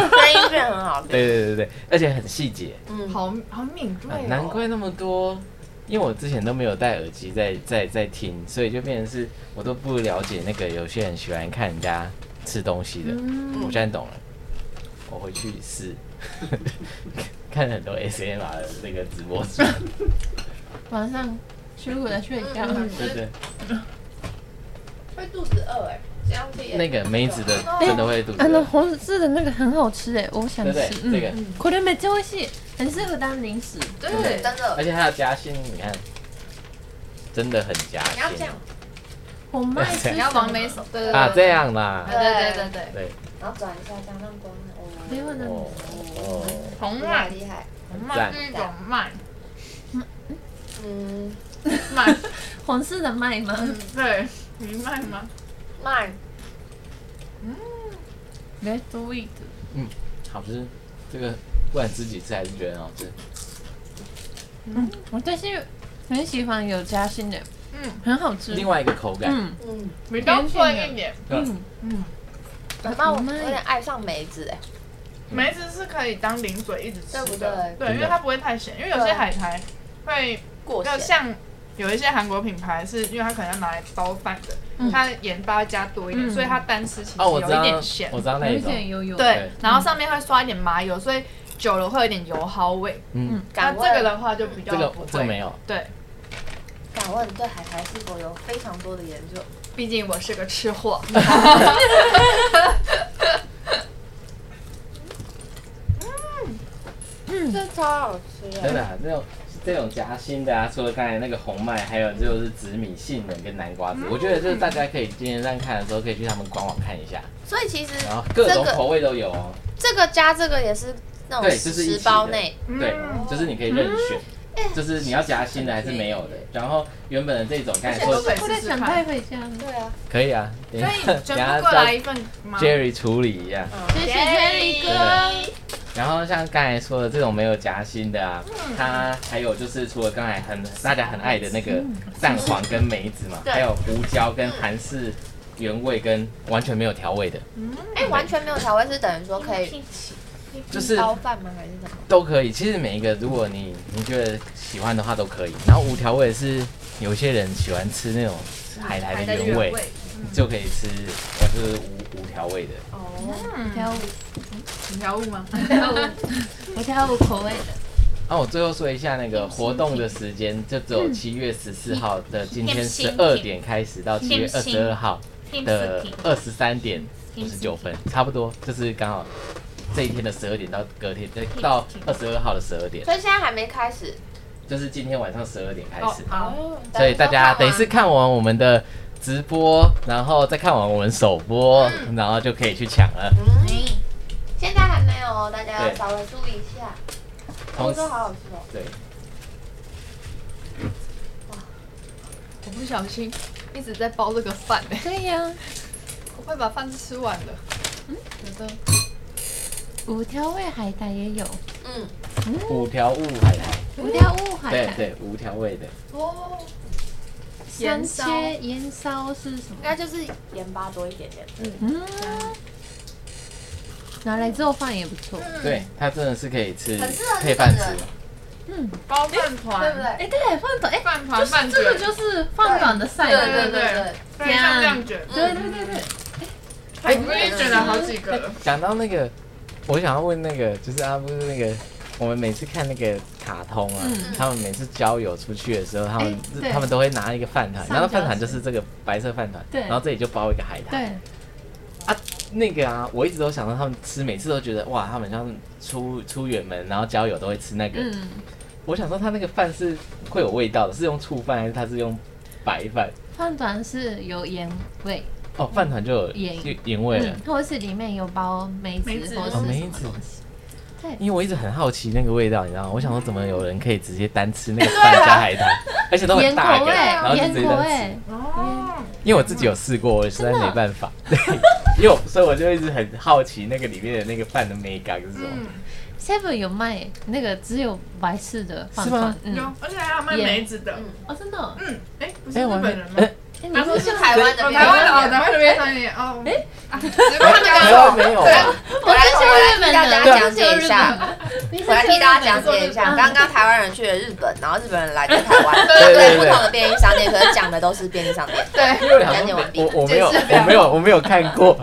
Speaker 6: 变很好听，
Speaker 2: 对对对对，而且很细节，
Speaker 6: 嗯，
Speaker 3: 好好敏
Speaker 2: 啊
Speaker 3: 锐哦。
Speaker 2: 难怪那么多。因为我之前都没有戴耳机在在在听，所以就变成是我都不了解那个有些人喜欢看人家吃东西的。
Speaker 3: 嗯，
Speaker 2: 我现在懂了，我回去试， [LAUGHS] 看了很多 ASMR 的那个直播
Speaker 6: [LAUGHS]
Speaker 2: 主，
Speaker 1: 晚上虚苦的睡觉，
Speaker 6: 嗯
Speaker 2: 对对，
Speaker 6: 会肚子饿哎、这样子也
Speaker 2: 那个梅子的真的会肚子
Speaker 1: 啊，那
Speaker 2: 饿，
Speaker 1: 红柿的那个很好吃哎，我想
Speaker 2: 对不对
Speaker 1: 吃。？
Speaker 2: 这个，
Speaker 1: 嗯，これめっちゃ美味しい，很适合当零食。
Speaker 3: 对，
Speaker 6: 真的
Speaker 2: 而，且它的夹心，你看，真的很夹
Speaker 6: 你要这
Speaker 2: 心
Speaker 6: 样，
Speaker 1: 我卖吃
Speaker 2: 你
Speaker 3: 你要往哪一手？对对
Speaker 2: 啊，
Speaker 3: 对
Speaker 2: 这样啦，
Speaker 3: 对对对对，
Speaker 2: 对，
Speaker 6: 然后转一下这样让光哦，
Speaker 1: 没问题
Speaker 2: 哦哦，
Speaker 3: 红
Speaker 6: 你好
Speaker 3: 麦
Speaker 6: 厉害，
Speaker 3: 红麦是一种麦
Speaker 6: 嗯，
Speaker 3: 麦，
Speaker 1: 红柿的卖吗？
Speaker 3: 嗯对，你麦吗？
Speaker 6: 慢，
Speaker 1: Let's do it。
Speaker 2: 好吃，这个不管自己吃还是觉得哦很好吃，
Speaker 1: 嗯，我但是很喜欢有夹心的，
Speaker 3: 嗯，
Speaker 1: 很好吃。
Speaker 2: 另外一个口感，
Speaker 1: 嗯
Speaker 6: 嗯，
Speaker 3: 比较顺一点。
Speaker 2: 对啊吧
Speaker 1: 嗯，
Speaker 3: 嗯，
Speaker 6: 妈哎妈，我有点爱上梅子哎、
Speaker 3: 梅子是可以当零嘴一直吃的，
Speaker 6: 对不对
Speaker 2: 真的
Speaker 3: 因为它不会太咸，因为有些海苔会
Speaker 6: 过
Speaker 3: 就
Speaker 6: 咸，
Speaker 3: 像有一些韩国品牌是因为它可能要拿来包饭的，
Speaker 1: 嗯
Speaker 3: 它盐巴加多一点，
Speaker 1: 嗯
Speaker 3: 所以它单吃其实
Speaker 2: 哦，我
Speaker 3: 有
Speaker 2: 知
Speaker 3: 一
Speaker 2: 道，
Speaker 3: 点咸，
Speaker 2: 我知道那
Speaker 1: 有
Speaker 2: 一
Speaker 1: 一
Speaker 2: 种，
Speaker 1: 点油油。
Speaker 3: 对
Speaker 2: 对，
Speaker 3: 然后上面会刷一点麻油，所以久了会有点油蒿味。
Speaker 2: 嗯，
Speaker 3: 那
Speaker 6: 敢
Speaker 3: 这个
Speaker 6: 问，
Speaker 3: 的话就比
Speaker 2: 这
Speaker 3: 较
Speaker 2: 个
Speaker 3: 不
Speaker 2: 这个没
Speaker 3: 会，
Speaker 2: 有，
Speaker 3: 对，
Speaker 6: 敢问，对海苔是否有非常多的研究？
Speaker 3: 毕竟我是个吃
Speaker 2: [LAUGHS]
Speaker 3: 货。
Speaker 6: 嗯这超好吃
Speaker 2: 真的、啊，这种这种夹心的啊，除了刚才那个红麦，还有就是紫米、杏仁跟南瓜子，
Speaker 3: 嗯
Speaker 2: 我觉得就是大家可以今天在看的时候，可以去他们官网看一下，
Speaker 6: 所以其实
Speaker 2: 然后各种
Speaker 6: 这个
Speaker 2: 口味都有哦。
Speaker 6: 这个加这个也是那种
Speaker 2: 对这是一起的
Speaker 6: 十包内，
Speaker 2: 对
Speaker 3: 嗯，哎嗯
Speaker 2: 就是你可以任选，就是你要夹心的还是没有的，然后原本的这种刚才说
Speaker 3: 而且都可以
Speaker 1: 我在想带回家。
Speaker 6: 对啊，
Speaker 2: 可以啊，等一
Speaker 3: 所以
Speaker 2: 下 [LAUGHS] 等
Speaker 3: 全
Speaker 2: 一下
Speaker 3: 部过来一
Speaker 2: 叫
Speaker 3: 份吗？
Speaker 2: Jerry 处理一下。
Speaker 1: 谢谢 Jerry
Speaker 2: 对
Speaker 1: 哥。
Speaker 2: 然后像刚才说的这种没有夹心的啊，它还有就是除了刚才很大家很爱的那个蛋黄跟梅子嘛，
Speaker 6: 对
Speaker 2: 还有胡椒跟韩式原味跟完全没有调味的，
Speaker 6: 哎、完全没有调味是等于说可以
Speaker 2: 就是
Speaker 6: 包饭吗？还是什么？
Speaker 2: 都可以。其实每一个，如果你你觉得喜欢的话都可以。然后无调味是有些人喜欢吃那种海苔的原味，你就可以吃，我就是无无调味的。
Speaker 6: 哦，
Speaker 1: 我
Speaker 3: 嗯，
Speaker 1: 挑五，
Speaker 3: 你调物 [LAUGHS] 吗？哦
Speaker 1: 我挑五口味的。
Speaker 2: 那、我最后说一下那个活动的时间，就只有七月十四号的嗯今天十二点开始到七月二十二号的二十三点五十九分，差不多就是刚好这一天的十二点到隔天呃到二十二号的十二点，
Speaker 6: 所以现在还没开始，
Speaker 2: 就是今天晚上十二点开
Speaker 3: 哦
Speaker 2: 始，。
Speaker 3: 好，
Speaker 2: 所以大家等一次
Speaker 6: 次
Speaker 2: 看完我们的直播，然后再看完我们首播，然后就可以去抢了。
Speaker 6: 嗯，现在还没有哦，大家要
Speaker 2: 对
Speaker 6: 稍微注意一下。
Speaker 2: 同
Speaker 6: 欧
Speaker 2: 时
Speaker 6: 洲好好吃哦，
Speaker 2: 对，
Speaker 3: 我不小心一直在包这个饭欸
Speaker 1: 对呀，
Speaker 3: 我快把饭吃完了。嗯，觉得
Speaker 1: 五调味海苔也有，
Speaker 6: 嗯，
Speaker 2: 五条悟海苔，
Speaker 1: 五条物海
Speaker 2: 对
Speaker 1: 苔。
Speaker 2: 对，无调味的。
Speaker 3: 哦，
Speaker 1: 三切盐烧哎是什
Speaker 6: 应
Speaker 1: 么？
Speaker 6: 该就是盐巴多一点点。
Speaker 1: 嗯，拿来做饭也不错。
Speaker 2: 对，它真的是可以吃
Speaker 6: 很适合
Speaker 2: 配饭吃
Speaker 6: 日本人，
Speaker 1: 嗯，
Speaker 3: 包饭团，
Speaker 6: 对不对？
Speaker 1: 哎，对，饭短，哎，
Speaker 3: 饭
Speaker 1: 就
Speaker 3: 团
Speaker 1: 是
Speaker 3: 饭
Speaker 1: 这
Speaker 3: 卷，
Speaker 1: 个就是饭短的赛。
Speaker 6: 对
Speaker 3: 对
Speaker 6: 对
Speaker 3: 对
Speaker 6: 对
Speaker 3: 对，像这样卷。
Speaker 1: 对对对对，
Speaker 3: 我已经卷了好几个了，
Speaker 2: 讲到那个，我想要问那个，就是啊，不是那个我们每次看那个卡通啊，
Speaker 1: 嗯
Speaker 2: 他们每次郊游出去的时候，他们、
Speaker 1: 哎对
Speaker 2: 他们都会拿一个饭团，
Speaker 1: 上
Speaker 2: 然后饭
Speaker 1: 交
Speaker 2: 团
Speaker 1: 是
Speaker 2: 就是这个白色饭团，
Speaker 1: 对
Speaker 2: 然后这里就包一个海苔。
Speaker 1: 对，
Speaker 2: 那个啊，我一直都想到他们吃，每次都觉得哇，他们像是出出远门然后郊游都会吃那个。
Speaker 1: 嗯，
Speaker 2: 我想说他那个饭是会有味道的，是用醋饭还是他是用白饭？
Speaker 1: 饭团是有盐味，
Speaker 2: 哦，饭团就有
Speaker 1: 盐
Speaker 2: 就盐味了。
Speaker 1: 嗯，或者是里面有包梅子
Speaker 3: 梅子
Speaker 1: 或者
Speaker 2: 哦
Speaker 1: 是
Speaker 2: 梅
Speaker 1: 什么
Speaker 2: 子
Speaker 1: 东西。对，
Speaker 2: 因为我一直很好奇那个味道，你知道吗？我想说怎么有人可以直接单吃那个饭加海苔，而且都很
Speaker 1: 盐
Speaker 2: 大
Speaker 1: 口
Speaker 2: 个，
Speaker 1: 味，
Speaker 2: 然后就直
Speaker 1: 盐
Speaker 2: 接
Speaker 1: 口
Speaker 2: 单吃。
Speaker 1: 味，
Speaker 3: 哦，
Speaker 2: 因为我自己有试过，我实在没办法。对，因为我所以我就一直很好奇那个里面的那个饭的美感是什么。
Speaker 3: 嗯，
Speaker 1: Seven 有卖那个只有白式的饭
Speaker 2: 是
Speaker 1: 团
Speaker 2: 吗，
Speaker 1: 嗯，
Speaker 3: 有，而且还有卖
Speaker 1: 盐
Speaker 3: 梅子的，
Speaker 1: 哦，真的哦，
Speaker 3: 嗯，哎，不是
Speaker 2: 哎、
Speaker 3: 日
Speaker 2: 我还
Speaker 3: 本人吗
Speaker 2: 哎、？
Speaker 1: 哎你
Speaker 3: 他说
Speaker 1: 是
Speaker 6: 啊是台湾的，
Speaker 3: 哦台湾的哦，台
Speaker 6: 的，
Speaker 3: 湾的边上也哦，哎， [LAUGHS]
Speaker 6: 他们
Speaker 2: 台湾没有啊，
Speaker 6: 我来我来替大家讲
Speaker 1: 只
Speaker 6: 解
Speaker 1: 有
Speaker 6: 一
Speaker 1: 啊日
Speaker 6: 下
Speaker 1: 本，的，你是
Speaker 6: 我来替大家讲解一下，刚刚台湾人去了日本，然后日本人来自台 [LAUGHS] 湾，对
Speaker 2: 对对
Speaker 6: 不同的便利商店，可是讲的都是便利商店。
Speaker 3: 对，
Speaker 2: 因为我想
Speaker 6: 讲解
Speaker 2: 说
Speaker 6: 完毕
Speaker 2: 我我没有
Speaker 3: 解释不了
Speaker 2: 我没有我没有看过，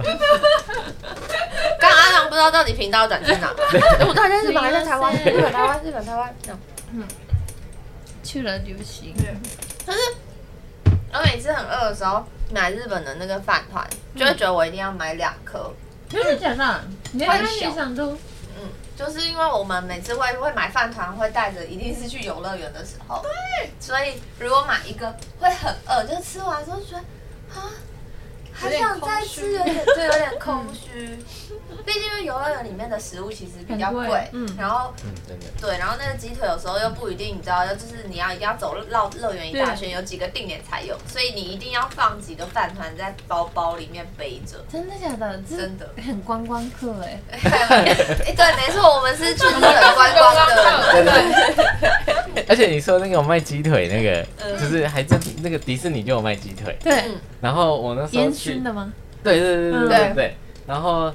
Speaker 6: 刚刚阿 [LAUGHS] 郎不知道到底频道转去哪，
Speaker 1: 嗯
Speaker 6: 我到底 [LAUGHS] 在日本还是在台湾？
Speaker 1: 是
Speaker 6: 日本台湾，日本台湾。嗯
Speaker 1: 去了旅行，
Speaker 3: 对
Speaker 6: 我每次很饿的时候买日本的那个饭团，就会觉得我一定要买两颗，
Speaker 1: 真的假的？你
Speaker 6: 太
Speaker 1: 看你
Speaker 6: 小
Speaker 1: 想都
Speaker 6: 嗯，就是因为我们每次会会买饭团，会带着一定是去游乐园的时候，对，所以如果买一个会很饿，就是吃完之后觉得啊，还想再吃，有点对，有点空虚。毕竟因为游乐园里面的食物其实比较
Speaker 1: 很
Speaker 6: 贵
Speaker 1: 贵，嗯
Speaker 6: 然后
Speaker 2: 嗯，真的。
Speaker 6: 对，然后那个鸡腿有时候又不一定，你知道，就是你要一定要走绕乐园一大圈，有几个定点才有，所以你一定要放几个饭团在包包里面背着。
Speaker 1: 真的假的？这
Speaker 6: 真的
Speaker 1: 很观光客哎，
Speaker 6: 哎，对，没错，我们是去日本观光的，
Speaker 3: 对
Speaker 2: 而且你说那个有卖鸡腿那个，
Speaker 6: 嗯
Speaker 2: 就是还真那个迪士尼就有卖鸡腿，
Speaker 1: 对，
Speaker 2: 然后我那时候
Speaker 1: 烟
Speaker 2: 去
Speaker 1: 熏，的吗？
Speaker 2: 对对对对
Speaker 1: 嗯
Speaker 2: 对对，然后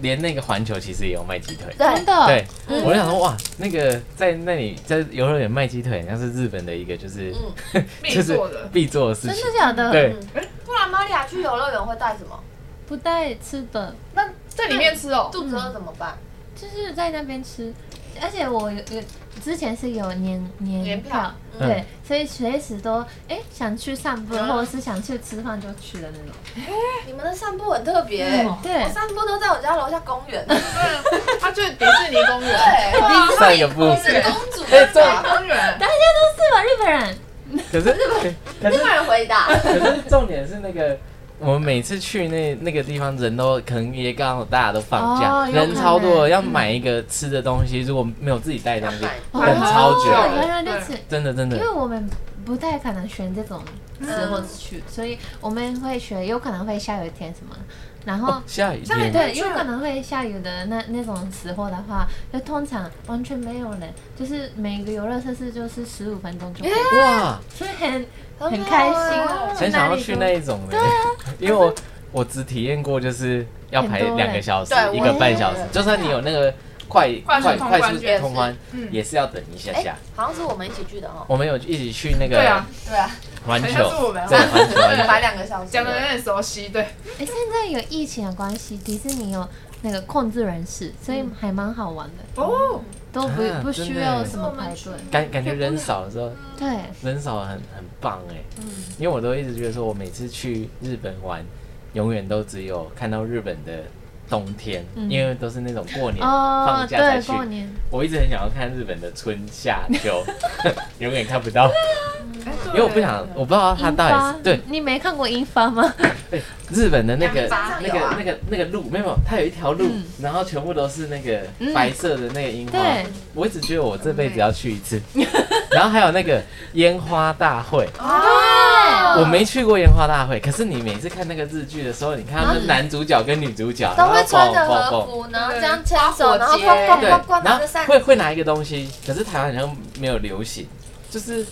Speaker 2: 连那个环球其实也有卖鸡腿。
Speaker 1: 真的，嗯
Speaker 2: 对，我就想说哇，那个在那里在游乐园卖鸡腿，好像是日本的一个就是 [LAUGHS]
Speaker 6: 嗯，
Speaker 2: 就
Speaker 3: 必
Speaker 2: 是
Speaker 3: 做的，
Speaker 2: 必做的事
Speaker 1: 真
Speaker 2: 情。
Speaker 1: 的假的？
Speaker 2: 对，
Speaker 6: 不然玛利亚去游乐园会带什么？
Speaker 1: 不带吃的，
Speaker 3: 那在里面吃哦，
Speaker 6: 肚子饿怎么办？
Speaker 1: 就是在那边吃，而且我有有之前是有年
Speaker 6: 年
Speaker 1: 年
Speaker 6: 票
Speaker 1: 票，
Speaker 2: 嗯
Speaker 1: 对，所以随时都哎想去散步，
Speaker 3: 嗯
Speaker 1: 或者是想去吃饭就去的那种。
Speaker 6: 哎你们的散步很特别、
Speaker 3: 嗯
Speaker 1: 对
Speaker 6: 我，散步都在我家楼下公园。
Speaker 3: 对，他去迪士尼公园，
Speaker 6: [LAUGHS] 对，
Speaker 1: 嗯
Speaker 6: 哇
Speaker 2: 上一个步
Speaker 6: 你是公主
Speaker 2: 哎
Speaker 6: 对
Speaker 2: 对
Speaker 6: 吧？
Speaker 3: 公园，
Speaker 1: 大家都是吧，日本人。
Speaker 2: [LAUGHS] 可是可
Speaker 6: 没有
Speaker 2: 是
Speaker 6: 人回答。
Speaker 2: 可是重点是那个。我们每次去那那个地方，人都可能也刚好大家都放假，
Speaker 1: 哦有
Speaker 2: 人
Speaker 1: 可
Speaker 2: 超多的，
Speaker 1: 能
Speaker 2: 要买一个吃的东西，如果没有自己带东西，
Speaker 6: 要
Speaker 2: 等超久
Speaker 1: 哦
Speaker 2: 的，
Speaker 1: 原来如此，
Speaker 2: 真的真的
Speaker 1: 因为。我们不太可能选这种时候去，所以我们会选有可能会下雨天什么，然后
Speaker 2: 哦下雨
Speaker 3: 下雨
Speaker 2: 天，
Speaker 1: 对，
Speaker 3: 去
Speaker 1: 有可能会下雨的那那种时候的话，就通常完全没有人，就是每个游乐设施就是十五分钟就可以，
Speaker 2: 哇，
Speaker 1: 所以很
Speaker 6: 好
Speaker 1: 很开心
Speaker 6: 好，
Speaker 2: [LAUGHS] 很想要去那
Speaker 1: 哪里啊
Speaker 2: 一种 [LAUGHS] 的，因为我我只体验过就是要排
Speaker 1: 很多
Speaker 2: 两个小时
Speaker 6: 对，我
Speaker 2: 一
Speaker 6: 也
Speaker 2: 个半小时
Speaker 6: 觉得，
Speaker 2: 就算你有那个快
Speaker 3: 快速
Speaker 2: 快
Speaker 3: 通
Speaker 2: 快
Speaker 3: 关
Speaker 2: 速
Speaker 3: 也是
Speaker 2: 通关，
Speaker 3: 嗯
Speaker 2: 也是要等一下
Speaker 6: 哎、
Speaker 2: 下。
Speaker 6: 好像是我们一起去的哦。
Speaker 2: 我们有一起去
Speaker 3: 对
Speaker 2: 那个
Speaker 3: 啊，
Speaker 6: 对啊，
Speaker 2: 环
Speaker 3: 好
Speaker 2: 球
Speaker 3: 像是我们啊，
Speaker 2: 对环球
Speaker 6: 我们摆
Speaker 3: [LAUGHS]
Speaker 2: 环球，
Speaker 6: 两个小时。
Speaker 3: 讲的有点熟悉，对，
Speaker 1: 哎、现在有疫情的关系，迪士尼有那个控制人士，所以还蛮好玩的，
Speaker 3: 哦，
Speaker 1: 都不、
Speaker 2: 啊
Speaker 1: 不
Speaker 2: 真的
Speaker 1: 需
Speaker 2: 耶
Speaker 1: 要什么排队。
Speaker 2: 感感觉人少的时候，
Speaker 1: 对，
Speaker 2: 人少很很棒哎，
Speaker 3: 嗯
Speaker 2: 因为我都一直觉得说，我每次去日本玩，永远都只有看到日本的冬天，
Speaker 1: 嗯
Speaker 2: 因为都是那种过年
Speaker 1: 哦
Speaker 2: 放，假才
Speaker 1: 对，
Speaker 2: 去。
Speaker 1: 过年
Speaker 2: 我一直很想要看日本的春夏
Speaker 6: [LAUGHS]
Speaker 2: 秋，永远看不到，因为我不想，我不知道它
Speaker 1: 樱
Speaker 2: 到
Speaker 1: 花
Speaker 2: 底是，对
Speaker 1: 啊你没看过樱花吗？
Speaker 2: 日本的那个
Speaker 6: 阳光
Speaker 2: 那
Speaker 6: 有啊
Speaker 2: 个那个那个路，没有，它有一条路
Speaker 1: 嗯，
Speaker 2: 然后全部都是那个
Speaker 1: 嗯
Speaker 2: 白色的那个樱花
Speaker 1: 对。
Speaker 2: 我一直觉得我这辈子要去一
Speaker 6: [LAUGHS]
Speaker 2: 次，然后还有那个烟花大会。
Speaker 6: 哦
Speaker 2: 我没去过烟花大会，可是你每次看那个日剧的时候，你看他们男主角跟女主角，
Speaker 6: 嗯都会穿着
Speaker 2: 然后蹦蹦
Speaker 6: 和
Speaker 2: 蹦
Speaker 6: 服，然后
Speaker 3: 对
Speaker 6: 这样牵手，然
Speaker 3: 花火
Speaker 6: 后
Speaker 3: 节
Speaker 6: 逛逛
Speaker 2: 对
Speaker 1: 哎
Speaker 6: 逛逛，，拿
Speaker 1: 啊
Speaker 2: 然
Speaker 6: 着
Speaker 2: 后
Speaker 6: 扇
Speaker 2: 会会拿一个东西，可是台湾好像没有流行，就是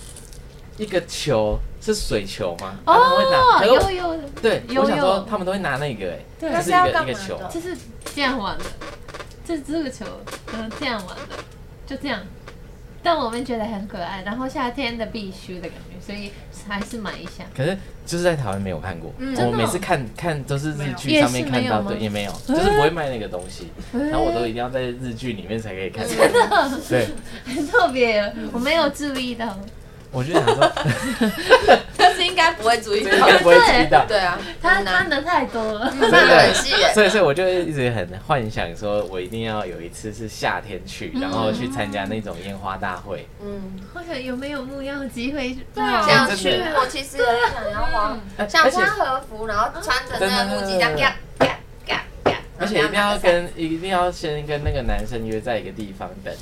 Speaker 2: 一个球是水球吗？他们会拿，
Speaker 1: 哦，
Speaker 2: 可是
Speaker 1: 有
Speaker 2: 我
Speaker 1: 有，
Speaker 2: 对，
Speaker 1: 有
Speaker 2: 我想说
Speaker 1: 有
Speaker 2: 他们都会拿那个，哎，
Speaker 1: 对
Speaker 2: 就是一
Speaker 6: 那是要
Speaker 2: 个一
Speaker 6: 干嘛
Speaker 2: 个
Speaker 6: 的
Speaker 2: 球，
Speaker 1: 就是这样玩的，这这个球，嗯，这样玩的，就这样，但我们觉得很可爱，然后夏天的必须的感觉，所以还是买一下。
Speaker 2: 可是就是在台湾没有看过，
Speaker 3: 嗯
Speaker 2: 我
Speaker 1: 真的哦
Speaker 2: 每次看看都是日
Speaker 1: 没
Speaker 2: 剧
Speaker 1: 有
Speaker 2: 上面看到
Speaker 1: 夜市没有吗嗯
Speaker 2: 的，也没有，就是不会卖那个东西，然后我都一定要在日剧里面才可以看。真的？对，
Speaker 1: 很 [LAUGHS] 特别，我没有注意到。
Speaker 2: 我就想
Speaker 1: [LAUGHS]
Speaker 2: 说， [LAUGHS]
Speaker 6: 但是应该不会注意
Speaker 2: 这
Speaker 6: 到
Speaker 2: 应。该不会知道。
Speaker 6: [LAUGHS] 对啊，
Speaker 1: 他
Speaker 6: 很难
Speaker 1: 看的太多了， [LAUGHS]
Speaker 6: 看
Speaker 2: 真
Speaker 6: 得很啊
Speaker 2: 的
Speaker 6: 细耶。
Speaker 2: 所以，所以我就一直很幻想，说我一定要有一次是夏天去，然后去参加那种烟花大会。
Speaker 6: 嗯，
Speaker 1: 或者有没有木曜机会？对
Speaker 3: 啊
Speaker 6: 想
Speaker 2: 真的
Speaker 6: 去，我其实很想要花，
Speaker 2: 呃
Speaker 6: 想
Speaker 2: 而且
Speaker 6: 穿和服，然后穿着那个木屐这样
Speaker 2: 真的
Speaker 6: 嘎嘎嘎嘎，
Speaker 2: 而
Speaker 6: 然后这
Speaker 2: 且一
Speaker 6: 样
Speaker 2: 定要
Speaker 6: 拿着伞
Speaker 2: 跟一定要先跟那个男生约在一个地方
Speaker 6: [LAUGHS]
Speaker 2: 等，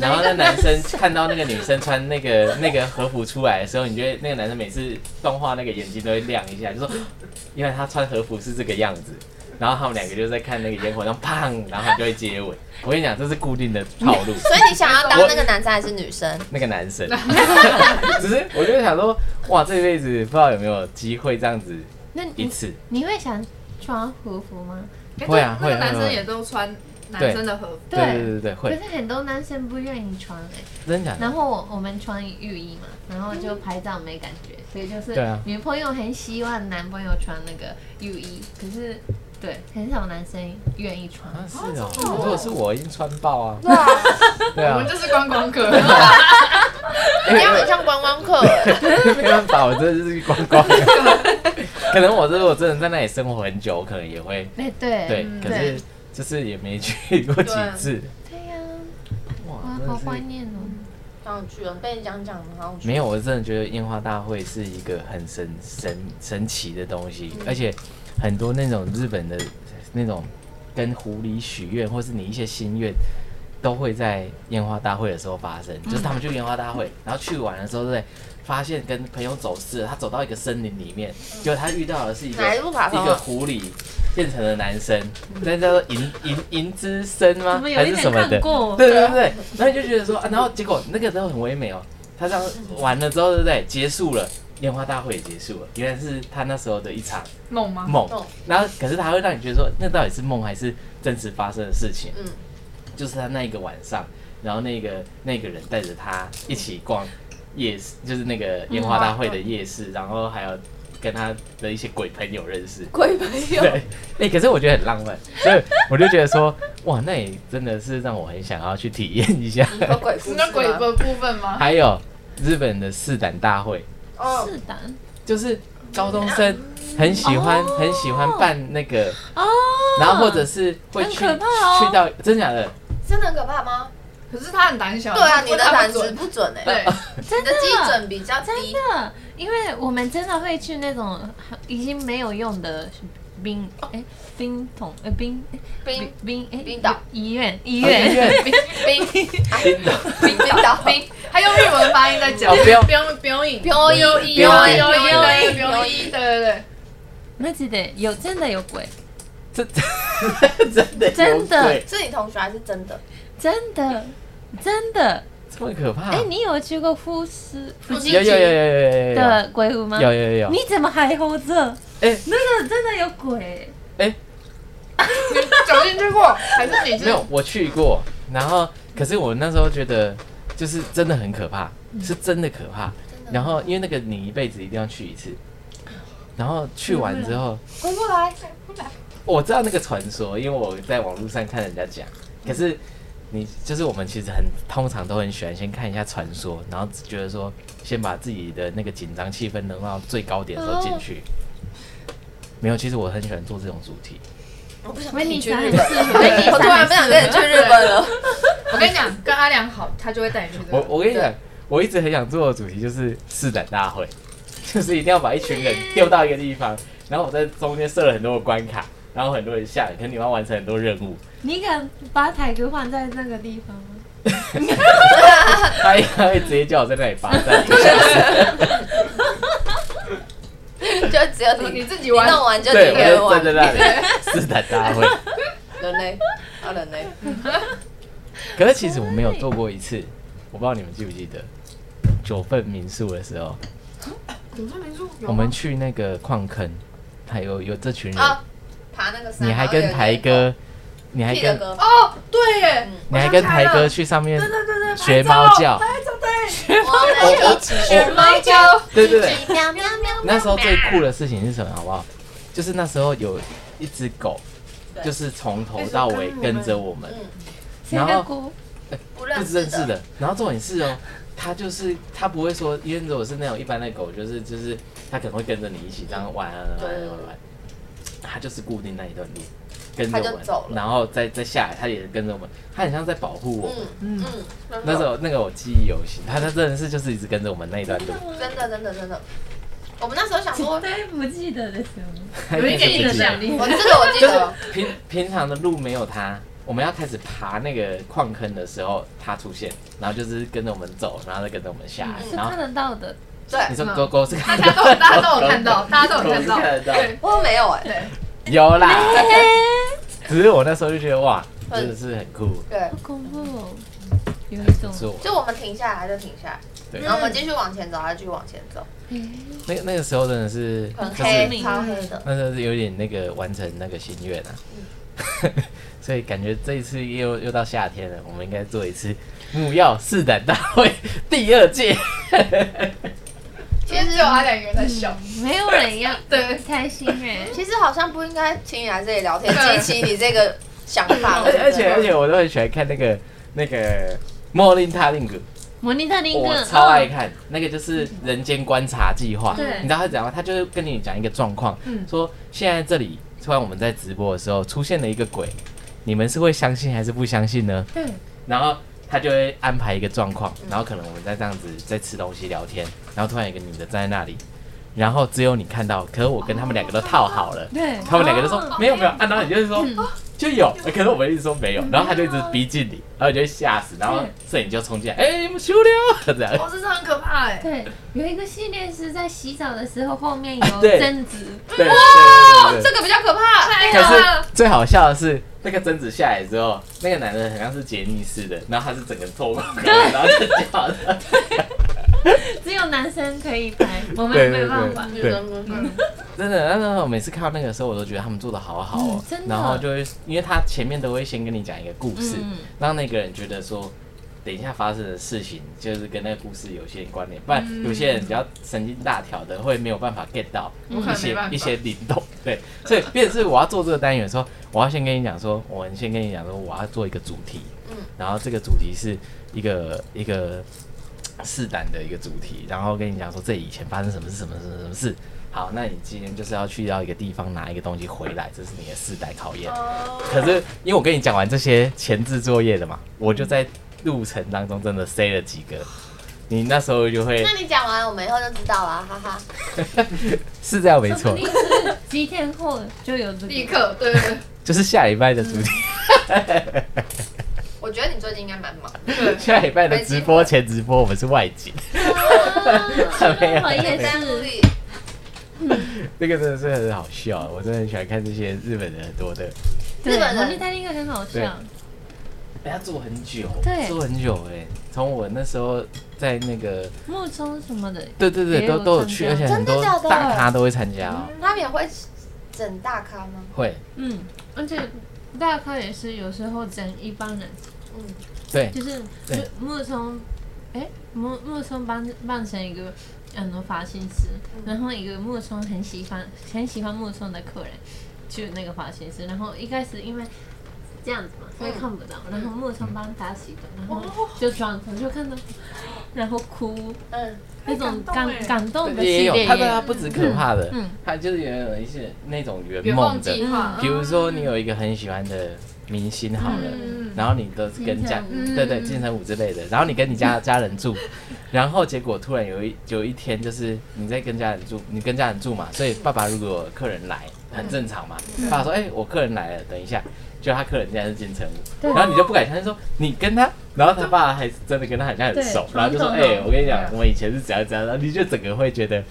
Speaker 2: 然后那男生看到那个女生穿那个 [LAUGHS] 那个和服出来的时候，你觉得那个男生每次动画那个眼睛都会亮一下，就说 [GASPS] 原来他穿和服是这个样子。然后他们两个就在看那个烟火，然后砰，然后就会接吻。我跟你讲，这是固定的套路。
Speaker 6: [LAUGHS] 所以你想要当那个男生还是女生？
Speaker 2: 那个男
Speaker 1: [LAUGHS]
Speaker 2: 生， [LAUGHS] 只是我就想说，哇，这辈子不知道有没有机会这样子
Speaker 1: 那
Speaker 2: 一
Speaker 1: 你
Speaker 2: 次。
Speaker 1: 你会想穿和服吗？
Speaker 3: 哎
Speaker 2: 会啊
Speaker 3: 那个
Speaker 2: 会
Speaker 3: 男
Speaker 2: 会
Speaker 3: 生
Speaker 2: 会
Speaker 3: 也都穿男
Speaker 2: 对
Speaker 3: 生的和服，
Speaker 2: 对对对对，
Speaker 1: 可
Speaker 2: 会
Speaker 1: 是很多男生不愿意穿哎、
Speaker 2: 真的假的？
Speaker 1: 然后我我们穿浴衣嘛，然后就拍照没感觉，所以就是
Speaker 2: 对啊
Speaker 1: 女朋友很希望男朋友穿那个浴衣，可是对很少男生愿意穿。
Speaker 2: 啊，是哦。如果是我，已经穿爆啊。
Speaker 6: 对啊，
Speaker 2: [LAUGHS] 对
Speaker 3: 我
Speaker 2: 啊
Speaker 3: 们，就是观光客。
Speaker 6: 你这样很像观光客欸。
Speaker 2: [LAUGHS] 没办法，我真的是光光。 [LAUGHS] 可能我这我真的在那里生活很久，我可能也会
Speaker 1: 哎、对
Speaker 2: 对，
Speaker 1: 嗯
Speaker 2: 可是就是也没去过几次。
Speaker 1: 对呀、
Speaker 2: 哇
Speaker 1: 哇，，
Speaker 2: 真
Speaker 1: 好
Speaker 2: 的
Speaker 1: 怀
Speaker 2: 是
Speaker 1: 念哦。
Speaker 6: 想去了，被你讲讲好想去。
Speaker 2: 没有，我真的觉得烟花大会是一个很神神神奇的东西，
Speaker 6: 嗯
Speaker 2: 而且很多那种日本的那种跟狐狸许愿，或是你一些心愿，都会在烟花大会的时候发生。
Speaker 6: 嗯
Speaker 2: 就是他们去烟花大会，然后去玩的时候，对不对，发现跟朋友走失了，他走到一个森林里面，结果他遇到的是一个
Speaker 6: 嗯哪一部卡通啊
Speaker 2: 一个狐狸。变成了男生，那叫做银银银之森吗
Speaker 1: 怎么？有
Speaker 2: 还
Speaker 1: 一
Speaker 2: 是
Speaker 1: 点
Speaker 2: 什么的
Speaker 1: 看？过？
Speaker 2: 对对对，对然后你就觉得说，啊、然后结果那个时候很唯美哦，他这样完了之后，对不对？结束了，烟花大会也结束了，原来是他那时候的一场
Speaker 3: 梦吗？
Speaker 2: 梦
Speaker 1: 哦
Speaker 6: 梦。
Speaker 2: 然后可是他会让你觉得说，那到底是梦还是真实发生的事情？
Speaker 6: 嗯
Speaker 2: 就是他那一个晚上，然后那个那个人带着他一起逛夜市，就是那个烟花大会的夜市，然后还有跟他的一些鬼朋友认识。
Speaker 6: 鬼朋友
Speaker 2: 对，哎、可是我觉得很浪漫，所以我就觉得说，哇，那也真的是让我很想要去体验一下。
Speaker 6: 有 [LAUGHS] 鬼故
Speaker 3: 是
Speaker 6: 事
Speaker 3: 那鬼
Speaker 6: 吗？
Speaker 3: 的部分吗？
Speaker 2: 还有日本的试胆大会，
Speaker 6: 哦，
Speaker 1: 是的
Speaker 2: 就是高中生很喜欢、
Speaker 1: 哦
Speaker 2: 很喜欢办那个，
Speaker 1: 哦，
Speaker 2: 然后或者是会去、
Speaker 1: 很可怕哦
Speaker 2: 去到真假的，
Speaker 6: 真的很可怕吗？
Speaker 3: 可是他很胆小，
Speaker 6: 对啊，
Speaker 3: 他
Speaker 6: 你
Speaker 3: 不
Speaker 6: 的
Speaker 3: 他不
Speaker 6: 胆子
Speaker 3: 准
Speaker 6: 不准哎，
Speaker 3: 对，
Speaker 1: 真
Speaker 6: 你的基准比较低。
Speaker 1: 真的，因为我们真的会去那种已经没有用的冰
Speaker 2: 哦
Speaker 1: 哎冰桶呃冰哎
Speaker 6: 冰
Speaker 1: 冰哎
Speaker 6: 冰岛
Speaker 1: 医院医
Speaker 2: 哦医
Speaker 1: 院，
Speaker 2: 院
Speaker 6: 冰冰冰冰冰岛冰
Speaker 3: 他用日文发音在讲
Speaker 2: 哦，不用
Speaker 3: 不用不用影，不用
Speaker 6: 标一标
Speaker 3: 不用
Speaker 2: 标一
Speaker 6: 一
Speaker 3: 影，
Speaker 6: 标
Speaker 3: 不
Speaker 6: 一标
Speaker 3: 用
Speaker 6: 一
Speaker 3: 影，对对对，
Speaker 1: 那记得有真的有鬼，
Speaker 2: 这 [LAUGHS] 真的有
Speaker 1: 真的
Speaker 2: 鬼
Speaker 6: 是你同学还是真的？
Speaker 1: 真的真的
Speaker 2: 这么可怕？
Speaker 1: 哎，你有去过富士富士
Speaker 2: 有有有有有有有有
Speaker 1: 的鬼屋吗？
Speaker 2: 啊有有有
Speaker 1: 你
Speaker 2: 有，
Speaker 1: 怎么还活着？
Speaker 2: 哎
Speaker 1: 那个真的有鬼，
Speaker 2: 哎，
Speaker 3: 你走进去过，还是你
Speaker 2: 没
Speaker 3: 是
Speaker 2: 有，我去过，然后可是我那时候觉得就是真的很可怕，
Speaker 6: 嗯
Speaker 2: 是真的可怕。然后因为那个你一辈子一定要去一次，然后去完之后。
Speaker 6: 嗯回不来，
Speaker 2: 我知道那个传说，因为我在网络上看人家讲。可是你就是我们其实很通常都很喜欢先看一下传说，然后觉得说先把自己的那个紧张气氛能到最高点的时候进去。
Speaker 6: 嗯
Speaker 2: 没有，其实我很喜欢做这种主题。
Speaker 6: 我不想
Speaker 1: 维
Speaker 6: 跟
Speaker 1: 尼
Speaker 6: 你去
Speaker 1: 莎
Speaker 6: 日
Speaker 1: [LAUGHS] 很
Speaker 6: 本。
Speaker 1: 适合，维尼莎
Speaker 6: 我突然
Speaker 1: 很
Speaker 6: 不
Speaker 1: 适
Speaker 6: 想
Speaker 1: 合
Speaker 6: 跟你去日本 [LAUGHS] 了。
Speaker 3: 我跟你讲，跟阿良好，他就会带你去这
Speaker 2: 我
Speaker 3: 个。
Speaker 2: 我跟你讲，我一直很想做的主题就是试胆大会， [LAUGHS] 就是一定要把一群人丢到一个地方，然后我在中间设了很多的关卡，然后很多人下来，可能你们要完成很多任
Speaker 6: [LAUGHS]
Speaker 2: 务。
Speaker 1: 你敢把台哥放在那个地方吗？
Speaker 2: 他应该会直接叫我在那里罚
Speaker 6: [LAUGHS]
Speaker 2: 站一下。
Speaker 6: 就只有你
Speaker 3: 你自己玩
Speaker 6: 你弄完就
Speaker 2: 对，
Speaker 6: 你一
Speaker 2: 我
Speaker 6: 个
Speaker 2: 就
Speaker 6: 人玩
Speaker 2: 站。在那
Speaker 6: [LAUGHS]
Speaker 2: 里试胆大会。
Speaker 6: 人类，啊人类，
Speaker 2: 可是其实我没有做过一次，我不知道你们记不记得九份民宿的时候，
Speaker 3: 你看民宿有吗
Speaker 2: 我们去那个矿坑，还有有这群人，
Speaker 6: 啊，爬那个山，
Speaker 2: 你还跟台哥，你还
Speaker 6: 屁的
Speaker 2: 跟
Speaker 6: 哥，
Speaker 3: 哦，对耶，
Speaker 2: 你还跟台哥去上面
Speaker 3: 对对对对，
Speaker 2: 学
Speaker 3: 拍照
Speaker 2: 猫叫，
Speaker 3: 拍照
Speaker 4: 我们一起学猫叫，
Speaker 2: 对对对，
Speaker 4: 喵喵喵。
Speaker 2: 那时候最酷的事情是什么？好不好？就是那时候有一只狗，
Speaker 6: 对
Speaker 2: 就是从头到尾跟着我们，
Speaker 4: 嗯
Speaker 1: 谁
Speaker 2: 然
Speaker 1: 看
Speaker 2: 后
Speaker 1: 过？
Speaker 6: 不
Speaker 2: 不
Speaker 6: 认
Speaker 2: 是
Speaker 6: 识
Speaker 2: 认识
Speaker 6: 的，
Speaker 2: 的。然后重点是哦，它就是它不会说，因为如果是那种一般的狗，就是就是它可能会跟着你一起这样玩啊玩啊玩啊玩，它就是固定那一段路。跟着
Speaker 6: 它就
Speaker 2: 我
Speaker 6: 走
Speaker 2: 们，
Speaker 6: 了
Speaker 2: 然后再再下来，它也跟着我们，它很像在保护我们。
Speaker 6: 嗯
Speaker 3: 嗯，
Speaker 6: 嗯，
Speaker 2: 那时候那个我记忆犹新，它它真的是就是一直跟着我们那一段路，
Speaker 6: 真的真的真的，我们那时候想说，
Speaker 1: 对，哎不记得的时候，
Speaker 2: 有
Speaker 3: 一点印象
Speaker 6: 我这个我记
Speaker 2: 就是
Speaker 6: 得，
Speaker 2: 平平常的路没有它，我们要开始爬那个矿坑的时候，它出现，然后就是跟着我们走，然后再跟着我们下来，
Speaker 1: 嗯是
Speaker 2: 然
Speaker 1: 看
Speaker 2: 后
Speaker 1: 得到的。
Speaker 2: 你
Speaker 6: 对，
Speaker 2: 说勾勾是
Speaker 3: 大
Speaker 2: 看
Speaker 3: 家都有大家都有看到， [LAUGHS] 大家都有看到
Speaker 2: 我是看得，到
Speaker 3: 对
Speaker 6: 我没有哎，
Speaker 3: 对，
Speaker 2: 有啦，只是我那时候就觉得哇，真的是很酷，
Speaker 6: 对
Speaker 1: 好，恐怖哦，有一种
Speaker 2: 是我
Speaker 6: 就我们停下来它就停下来，
Speaker 2: 对
Speaker 6: 然后我们继续往前走，它就继续往前走，
Speaker 2: 那个那个时候真的是
Speaker 6: 很
Speaker 2: 就
Speaker 1: 聪
Speaker 2: 是
Speaker 6: 黑，
Speaker 1: 明
Speaker 6: 超黑的，
Speaker 2: 那时候是有点那个完成那个心愿啊。 [LAUGHS] 所以感觉这一次又又到夏天了，我们应该做一次木曜试胆大会第二届。
Speaker 3: 其实只有他两个人在笑，
Speaker 1: 没有人要
Speaker 3: 对
Speaker 1: 开心哎。
Speaker 6: 其实好像不应该请你来这里聊天，
Speaker 3: 对
Speaker 6: 激起你这个想法，
Speaker 2: 而且而且而
Speaker 6: 对
Speaker 2: 且我都很喜欢看那个那个《莫林塔令格》，
Speaker 1: 摩妮特林哦
Speaker 2: 我
Speaker 1: 格
Speaker 2: 超爱看那个就是人间观察计划。
Speaker 1: 对
Speaker 2: 你知道他怎样吗？他就是跟你讲一个状况，
Speaker 3: 嗯
Speaker 2: 说现在这里突然我们在直播的时候出现了一个鬼，你们是会相信还是不相信呢？
Speaker 1: 对，
Speaker 2: 然后他就会安排一个状况，然后可能我们在这样子在吃东西聊天，然后突然有一个女的站在那里，然后只有你看到，可是我跟他们两个都套好了，
Speaker 1: 对哦
Speaker 2: 他们两个就说没有没有，啊，然后你就是说就有，可是我们一直说没有，然后他就一直逼近你，然后你就会吓死，然后摄影就冲进来，哎，你们修了嗯这样，
Speaker 3: [LAUGHS] 哦，这是很可怕哎，
Speaker 1: 对，有一个系列是在洗澡的时候后面有
Speaker 2: [LAUGHS] 对
Speaker 1: 贞子，
Speaker 2: 对对
Speaker 3: 哦
Speaker 2: 对对
Speaker 6: 这
Speaker 2: 对。
Speaker 6: 个比较可怕，
Speaker 3: 太
Speaker 2: 可
Speaker 3: 可怕
Speaker 2: 是
Speaker 3: 了，
Speaker 2: 最好笑的是，那个贞子下来之后，那个男的很像是杰尼斯的，然后他是整个脱光光，然后就叫的，
Speaker 1: 只有男生可以拍，我
Speaker 2: 对对
Speaker 1: 们没办
Speaker 2: 对
Speaker 1: 法。
Speaker 2: 对。真的，那那我每次看到那个时候，我都觉得他们做的好好哦、
Speaker 1: 嗯真的
Speaker 2: 然后就会，因为他前面都会先跟你讲一个故事，
Speaker 1: 嗯
Speaker 2: 让那个人觉得说，等一下发生的事情就是跟那个故事有些关
Speaker 3: 嗯
Speaker 2: 联，不然有些人比较神经大条的会没有办法 get 到
Speaker 3: 嗯我
Speaker 2: 一些、
Speaker 3: 可能没办法
Speaker 2: 一些灵动。对，所以变成是我要做这个单元的时候，我要先跟你讲说，我们先跟你讲说，我要做一个主题，
Speaker 6: 嗯
Speaker 2: 然后这个主题是一个一个试胆的一个主题，然后跟你讲说这以前发生什么事，什么什么什么事。好，那你今天就是要去到一个地方拿一个东西回来，这是你的试胆考验。可是因为我跟你讲完这些前置作业的嘛，我就在路程当中真的塞了几个。你那时候就会
Speaker 6: 那你讲完，我们以后就知道了，哈哈。
Speaker 2: 是这样没错
Speaker 1: 说不，定是几天后就有这
Speaker 3: 立
Speaker 1: 个。
Speaker 3: 刻，对对
Speaker 2: 就是下礼拜的主题，，
Speaker 6: 我觉得你最近应该蛮忙的，
Speaker 3: 对
Speaker 1: 嗯
Speaker 2: 下礼拜的直播前直播我们是外景，没有
Speaker 1: 我也
Speaker 6: 在努
Speaker 1: 是，
Speaker 6: 力。
Speaker 2: 这个真的是很好笑，啊我真的很喜欢看这些日本人很多的，
Speaker 1: 对
Speaker 6: 日本人
Speaker 1: 摩妮特林格很好
Speaker 2: 对
Speaker 1: 笑。
Speaker 2: 哎，他做很久，
Speaker 1: 对
Speaker 2: 做很久哎、从我那时候在那个，
Speaker 1: 木冲什么的，
Speaker 2: 对对对，
Speaker 1: 也
Speaker 2: 都
Speaker 1: 有
Speaker 2: 都有
Speaker 1: 参
Speaker 2: 去，
Speaker 1: 加
Speaker 2: 而且很
Speaker 6: 真的
Speaker 2: 多
Speaker 6: 假的
Speaker 2: 大咖都会参加哦、
Speaker 6: 他们也会整大咖吗？
Speaker 2: 会，
Speaker 1: 嗯，而且大咖也是有时候整一帮人，
Speaker 6: 嗯，
Speaker 2: 对，
Speaker 1: 就是
Speaker 2: 哎对
Speaker 1: 木木冲，哎，木木冲扮扮成一个很多发型师，
Speaker 3: 嗯
Speaker 1: 然后一个木冲很喜欢很喜欢木冲的客人，去那个发型师，然后一开始因为。这样子嘛，所以看不
Speaker 3: 嗯
Speaker 1: 到。然后木冲帮他洗的，然后就转头就看到， [LAUGHS] 然后哭
Speaker 6: 嗯，
Speaker 1: 那种
Speaker 3: 感动
Speaker 1: 感
Speaker 3: 欸
Speaker 1: 感动的系
Speaker 2: 也有
Speaker 1: 列，
Speaker 2: 他的他不止可怕的，
Speaker 1: 嗯
Speaker 2: 他就是也有一些那种圆
Speaker 3: 圆
Speaker 2: 梦
Speaker 3: 梦
Speaker 2: 的
Speaker 3: 计，划，
Speaker 2: 比如说你有一个很喜欢的明星好了，
Speaker 3: 嗯
Speaker 2: 然后你都是跟家
Speaker 1: 金城武嗯
Speaker 2: 对对金城武之类的，然后你跟你
Speaker 1: [LAUGHS]
Speaker 2: 家家人住，然后结果突然有一有一天就是你在跟家人住，你跟家人住嘛，所以爸爸如果有客人来很正常嘛，
Speaker 1: 嗯
Speaker 2: 爸爸说哎、我客人来了，等一下。就他客人竟然是金城武，然后你就不敢相信，说你跟他，然后他爸还真的跟他好像很熟，
Speaker 1: 对
Speaker 2: 然后就说：“
Speaker 1: 传
Speaker 2: 哎、
Speaker 1: 统
Speaker 2: 我跟你讲
Speaker 3: 对啊，
Speaker 2: 我们以前是怎样怎样。”然后你就整个会觉得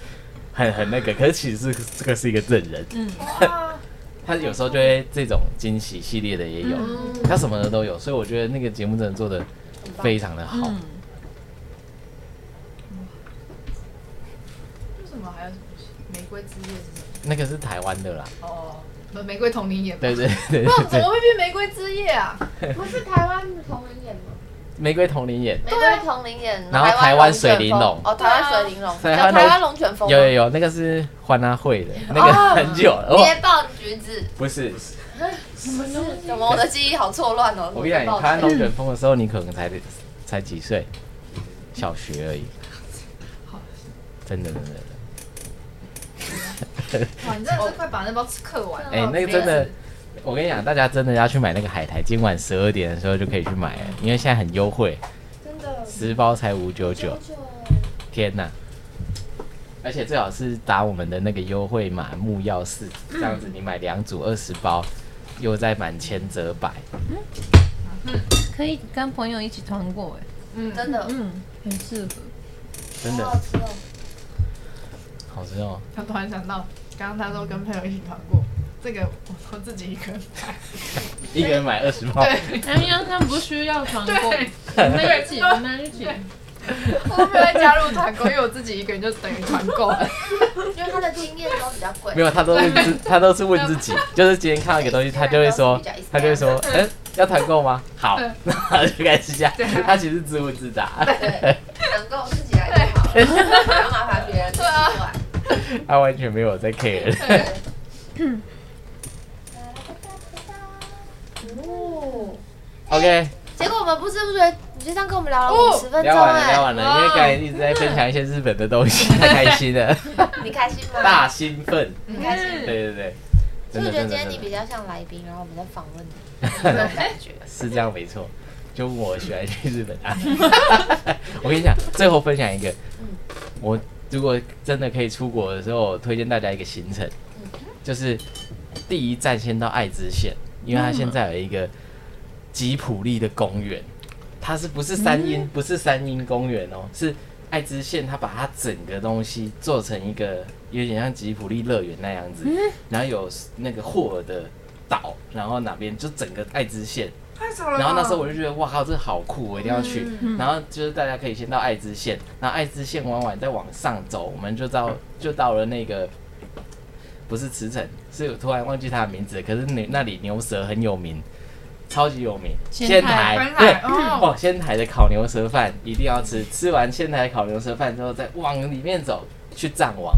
Speaker 2: 很很那个，可是其实是这个是一个证人，
Speaker 1: 嗯，
Speaker 3: 哇
Speaker 2: 他有时候就会这种惊喜系列的也有，他什么的都有，所以我觉得那个节目真的做的非常的好。
Speaker 1: 嗯，
Speaker 3: 为什么还有什么玫瑰之夜是什么？
Speaker 2: 那个是台湾的啦，
Speaker 3: 哦，不玫瑰
Speaker 6: [LAUGHS]
Speaker 3: 同龄眼吧。
Speaker 2: 对对对
Speaker 6: 哦
Speaker 3: 不，
Speaker 2: 对
Speaker 3: 怎
Speaker 2: 对
Speaker 3: 么会变玫瑰之夜啊？
Speaker 6: 不是台湾同人演吗？
Speaker 2: 玫瑰同林演，
Speaker 6: 玫瑰同林演，
Speaker 2: 然后台湾水玲珑
Speaker 6: 哦，台湾水玲珑，
Speaker 2: 对啊台
Speaker 6: 叫
Speaker 2: 湾龙
Speaker 6: 台湾龙卷风吗，
Speaker 2: 有有有，那个是欢阿慧的，那个
Speaker 6: 哦
Speaker 2: 很久了，哦
Speaker 6: 捏爆橘子，
Speaker 2: 不是，
Speaker 6: 怎么我的记忆好错乱哦？
Speaker 2: 我跟你讲，
Speaker 6: 抱
Speaker 2: 你
Speaker 6: 歉
Speaker 2: 看龙卷风的时候，你可能才才几岁，小学而已，真的真的。真的
Speaker 3: 哇，你真的是快把那包嗑完了。
Speaker 2: 哎、那个真的，我跟你讲，大家真的要去买那个海苔，今晚十二点的时候就可以去买了，因为现在很优惠，
Speaker 6: 真的
Speaker 2: 十包才五九九，天哪！而且最好是打我们的那个优惠码木曜四，这样子你买两组二十包，又再满千折百，
Speaker 1: 可以跟朋友一起团购哎，
Speaker 3: 嗯，
Speaker 6: 真的，
Speaker 1: 嗯，很适合。
Speaker 2: 真的
Speaker 6: 好好吃哦
Speaker 2: 好吃哦！
Speaker 3: 他突然想到，刚刚他说跟朋友一起团过，这个 [LAUGHS] 我我自己一个人买。
Speaker 2: 一个人买二十包，
Speaker 3: 对
Speaker 1: 哎呀，他们不需要团购，
Speaker 3: 对，
Speaker 1: 我们一起，我们一起。
Speaker 3: 我没有加入团购，因为我自己一个人就等于团购了。
Speaker 6: 因为它的经验都比较贵
Speaker 2: 没。有，他都问自，他都是问自己，就是今天看到一个东西，他就会说，他就会说，嗯、要团购吗？好 [LAUGHS]
Speaker 3: 嗯，
Speaker 2: 那他就开始加
Speaker 3: 对，
Speaker 2: 他其实自问自答。
Speaker 6: 对，能够自己来就好了，不要麻烦别人。
Speaker 3: 对啊
Speaker 6: 对，
Speaker 2: [LAUGHS] 他完全没有在 care。
Speaker 6: 哦，
Speaker 2: [LAUGHS] OK，
Speaker 6: 结果我们不知不觉，你就这样跟我们聊了
Speaker 3: 哦
Speaker 6: 五十分钟
Speaker 2: 聊完了，聊
Speaker 6: 哎，
Speaker 2: 完了，因为刚才一直在分享一些日本的东西，太开心了，
Speaker 6: 你开心吗？
Speaker 2: 大兴奋。
Speaker 1: 嗯
Speaker 6: 你开心。
Speaker 2: 对对对，
Speaker 6: 所
Speaker 4: 嗯
Speaker 2: 真
Speaker 6: 以
Speaker 2: 的真
Speaker 6: 我觉得今
Speaker 2: 的
Speaker 6: 天你
Speaker 2: 真
Speaker 6: 比
Speaker 2: 的
Speaker 6: 较像来宾，然后我们在访问你， [LAUGHS]
Speaker 3: 对，
Speaker 2: 是这样没错。 [LAUGHS] 就问我喜欢去日本 [LAUGHS] 啊，我跟你讲，最后分享一个，我如果真的可以出国的时候，我推荐大家一个行程，就是第一站先到爱知县，因为它现在有一个吉普力的公园，它是不是三鹰？不是三鹰公园哦，是爱知县，它把它整个东西做成一个有点像吉普力乐园那样子，然后有那个霍尔的岛，然后哪边就整个爱知县，
Speaker 3: 太少了吧。
Speaker 2: 然后那时候我就觉得，哇靠，这好酷，我一定要去。
Speaker 1: 嗯
Speaker 2: 然后就是大家可以先到爱知县，然后爱知县玩完再往上走，我们就
Speaker 1: 嗯
Speaker 2: 到就到了那个不是茨城，是我突然忘记它的名字了，可是那那里牛舌很有名，超级有名。
Speaker 1: 仙
Speaker 2: 仙台
Speaker 1: 台
Speaker 3: 原
Speaker 2: 对
Speaker 3: 来，哦，
Speaker 2: 哦，仙台的烤牛舌饭一定要吃，吃完仙台烤牛舌饭之后，再往里面走去藏王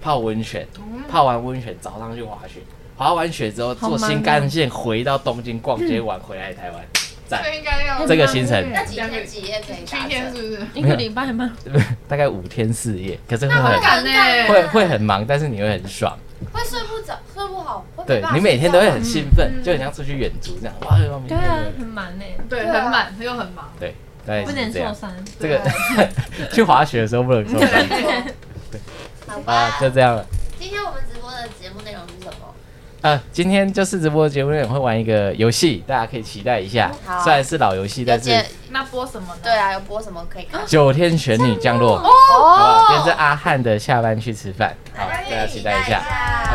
Speaker 2: 泡温泉，
Speaker 1: 哦
Speaker 2: 泡完温泉早上去滑雪，滑完雪之后
Speaker 1: 好
Speaker 2: 坐
Speaker 1: 忙
Speaker 2: 新
Speaker 1: 哦
Speaker 2: 干线回到东京逛街玩，回来台湾，赞，
Speaker 3: 这应该要
Speaker 2: 这个行程
Speaker 6: 那几
Speaker 3: 两个
Speaker 6: 天几夜可以
Speaker 3: 七
Speaker 6: 达
Speaker 3: 天
Speaker 6: 成？
Speaker 3: 是不是？
Speaker 1: 一个礼拜吗？
Speaker 2: [LAUGHS] 大概五天四夜，可是会
Speaker 3: 那好
Speaker 2: 很
Speaker 3: 赶呢。
Speaker 2: 会会很忙，但是你会很爽，
Speaker 6: 会睡不着，睡不好，会没
Speaker 2: 对
Speaker 6: 办法
Speaker 2: 你每天都会很兴奋，
Speaker 3: 嗯
Speaker 2: 就很像出去远足这样，哇，又要明
Speaker 1: 对
Speaker 2: 天
Speaker 1: 啊
Speaker 2: 又，
Speaker 1: 很满呢，
Speaker 3: 对，
Speaker 6: 对啊
Speaker 3: 很满又很忙。
Speaker 2: 对，大概
Speaker 1: 不
Speaker 2: 是
Speaker 1: 能
Speaker 2: 这
Speaker 1: 受
Speaker 2: 样。
Speaker 1: 伤。
Speaker 2: 这个 [LAUGHS] 去滑雪的时候不能受伤
Speaker 6: 好
Speaker 2: 啊
Speaker 6: 吧，？
Speaker 2: 就这样了。
Speaker 6: 今天我们直播的节目内容是什么？
Speaker 2: 呃，今天就是直播节目内容会玩一个游戏，大家可以期待一下。
Speaker 6: 好啊
Speaker 2: 虽然是老游戏，
Speaker 6: 有
Speaker 2: 但是
Speaker 6: 节
Speaker 3: 那播什么呢？
Speaker 6: 对啊，有播什么可以看？
Speaker 2: 九天玄女降落，好不好？跟着阿汉的下班去吃饭，好，大家期待一下。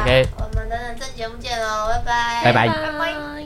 Speaker 2: OK，
Speaker 6: 我们等等正节目见喽，拜拜，
Speaker 2: 拜拜。
Speaker 1: 拜拜。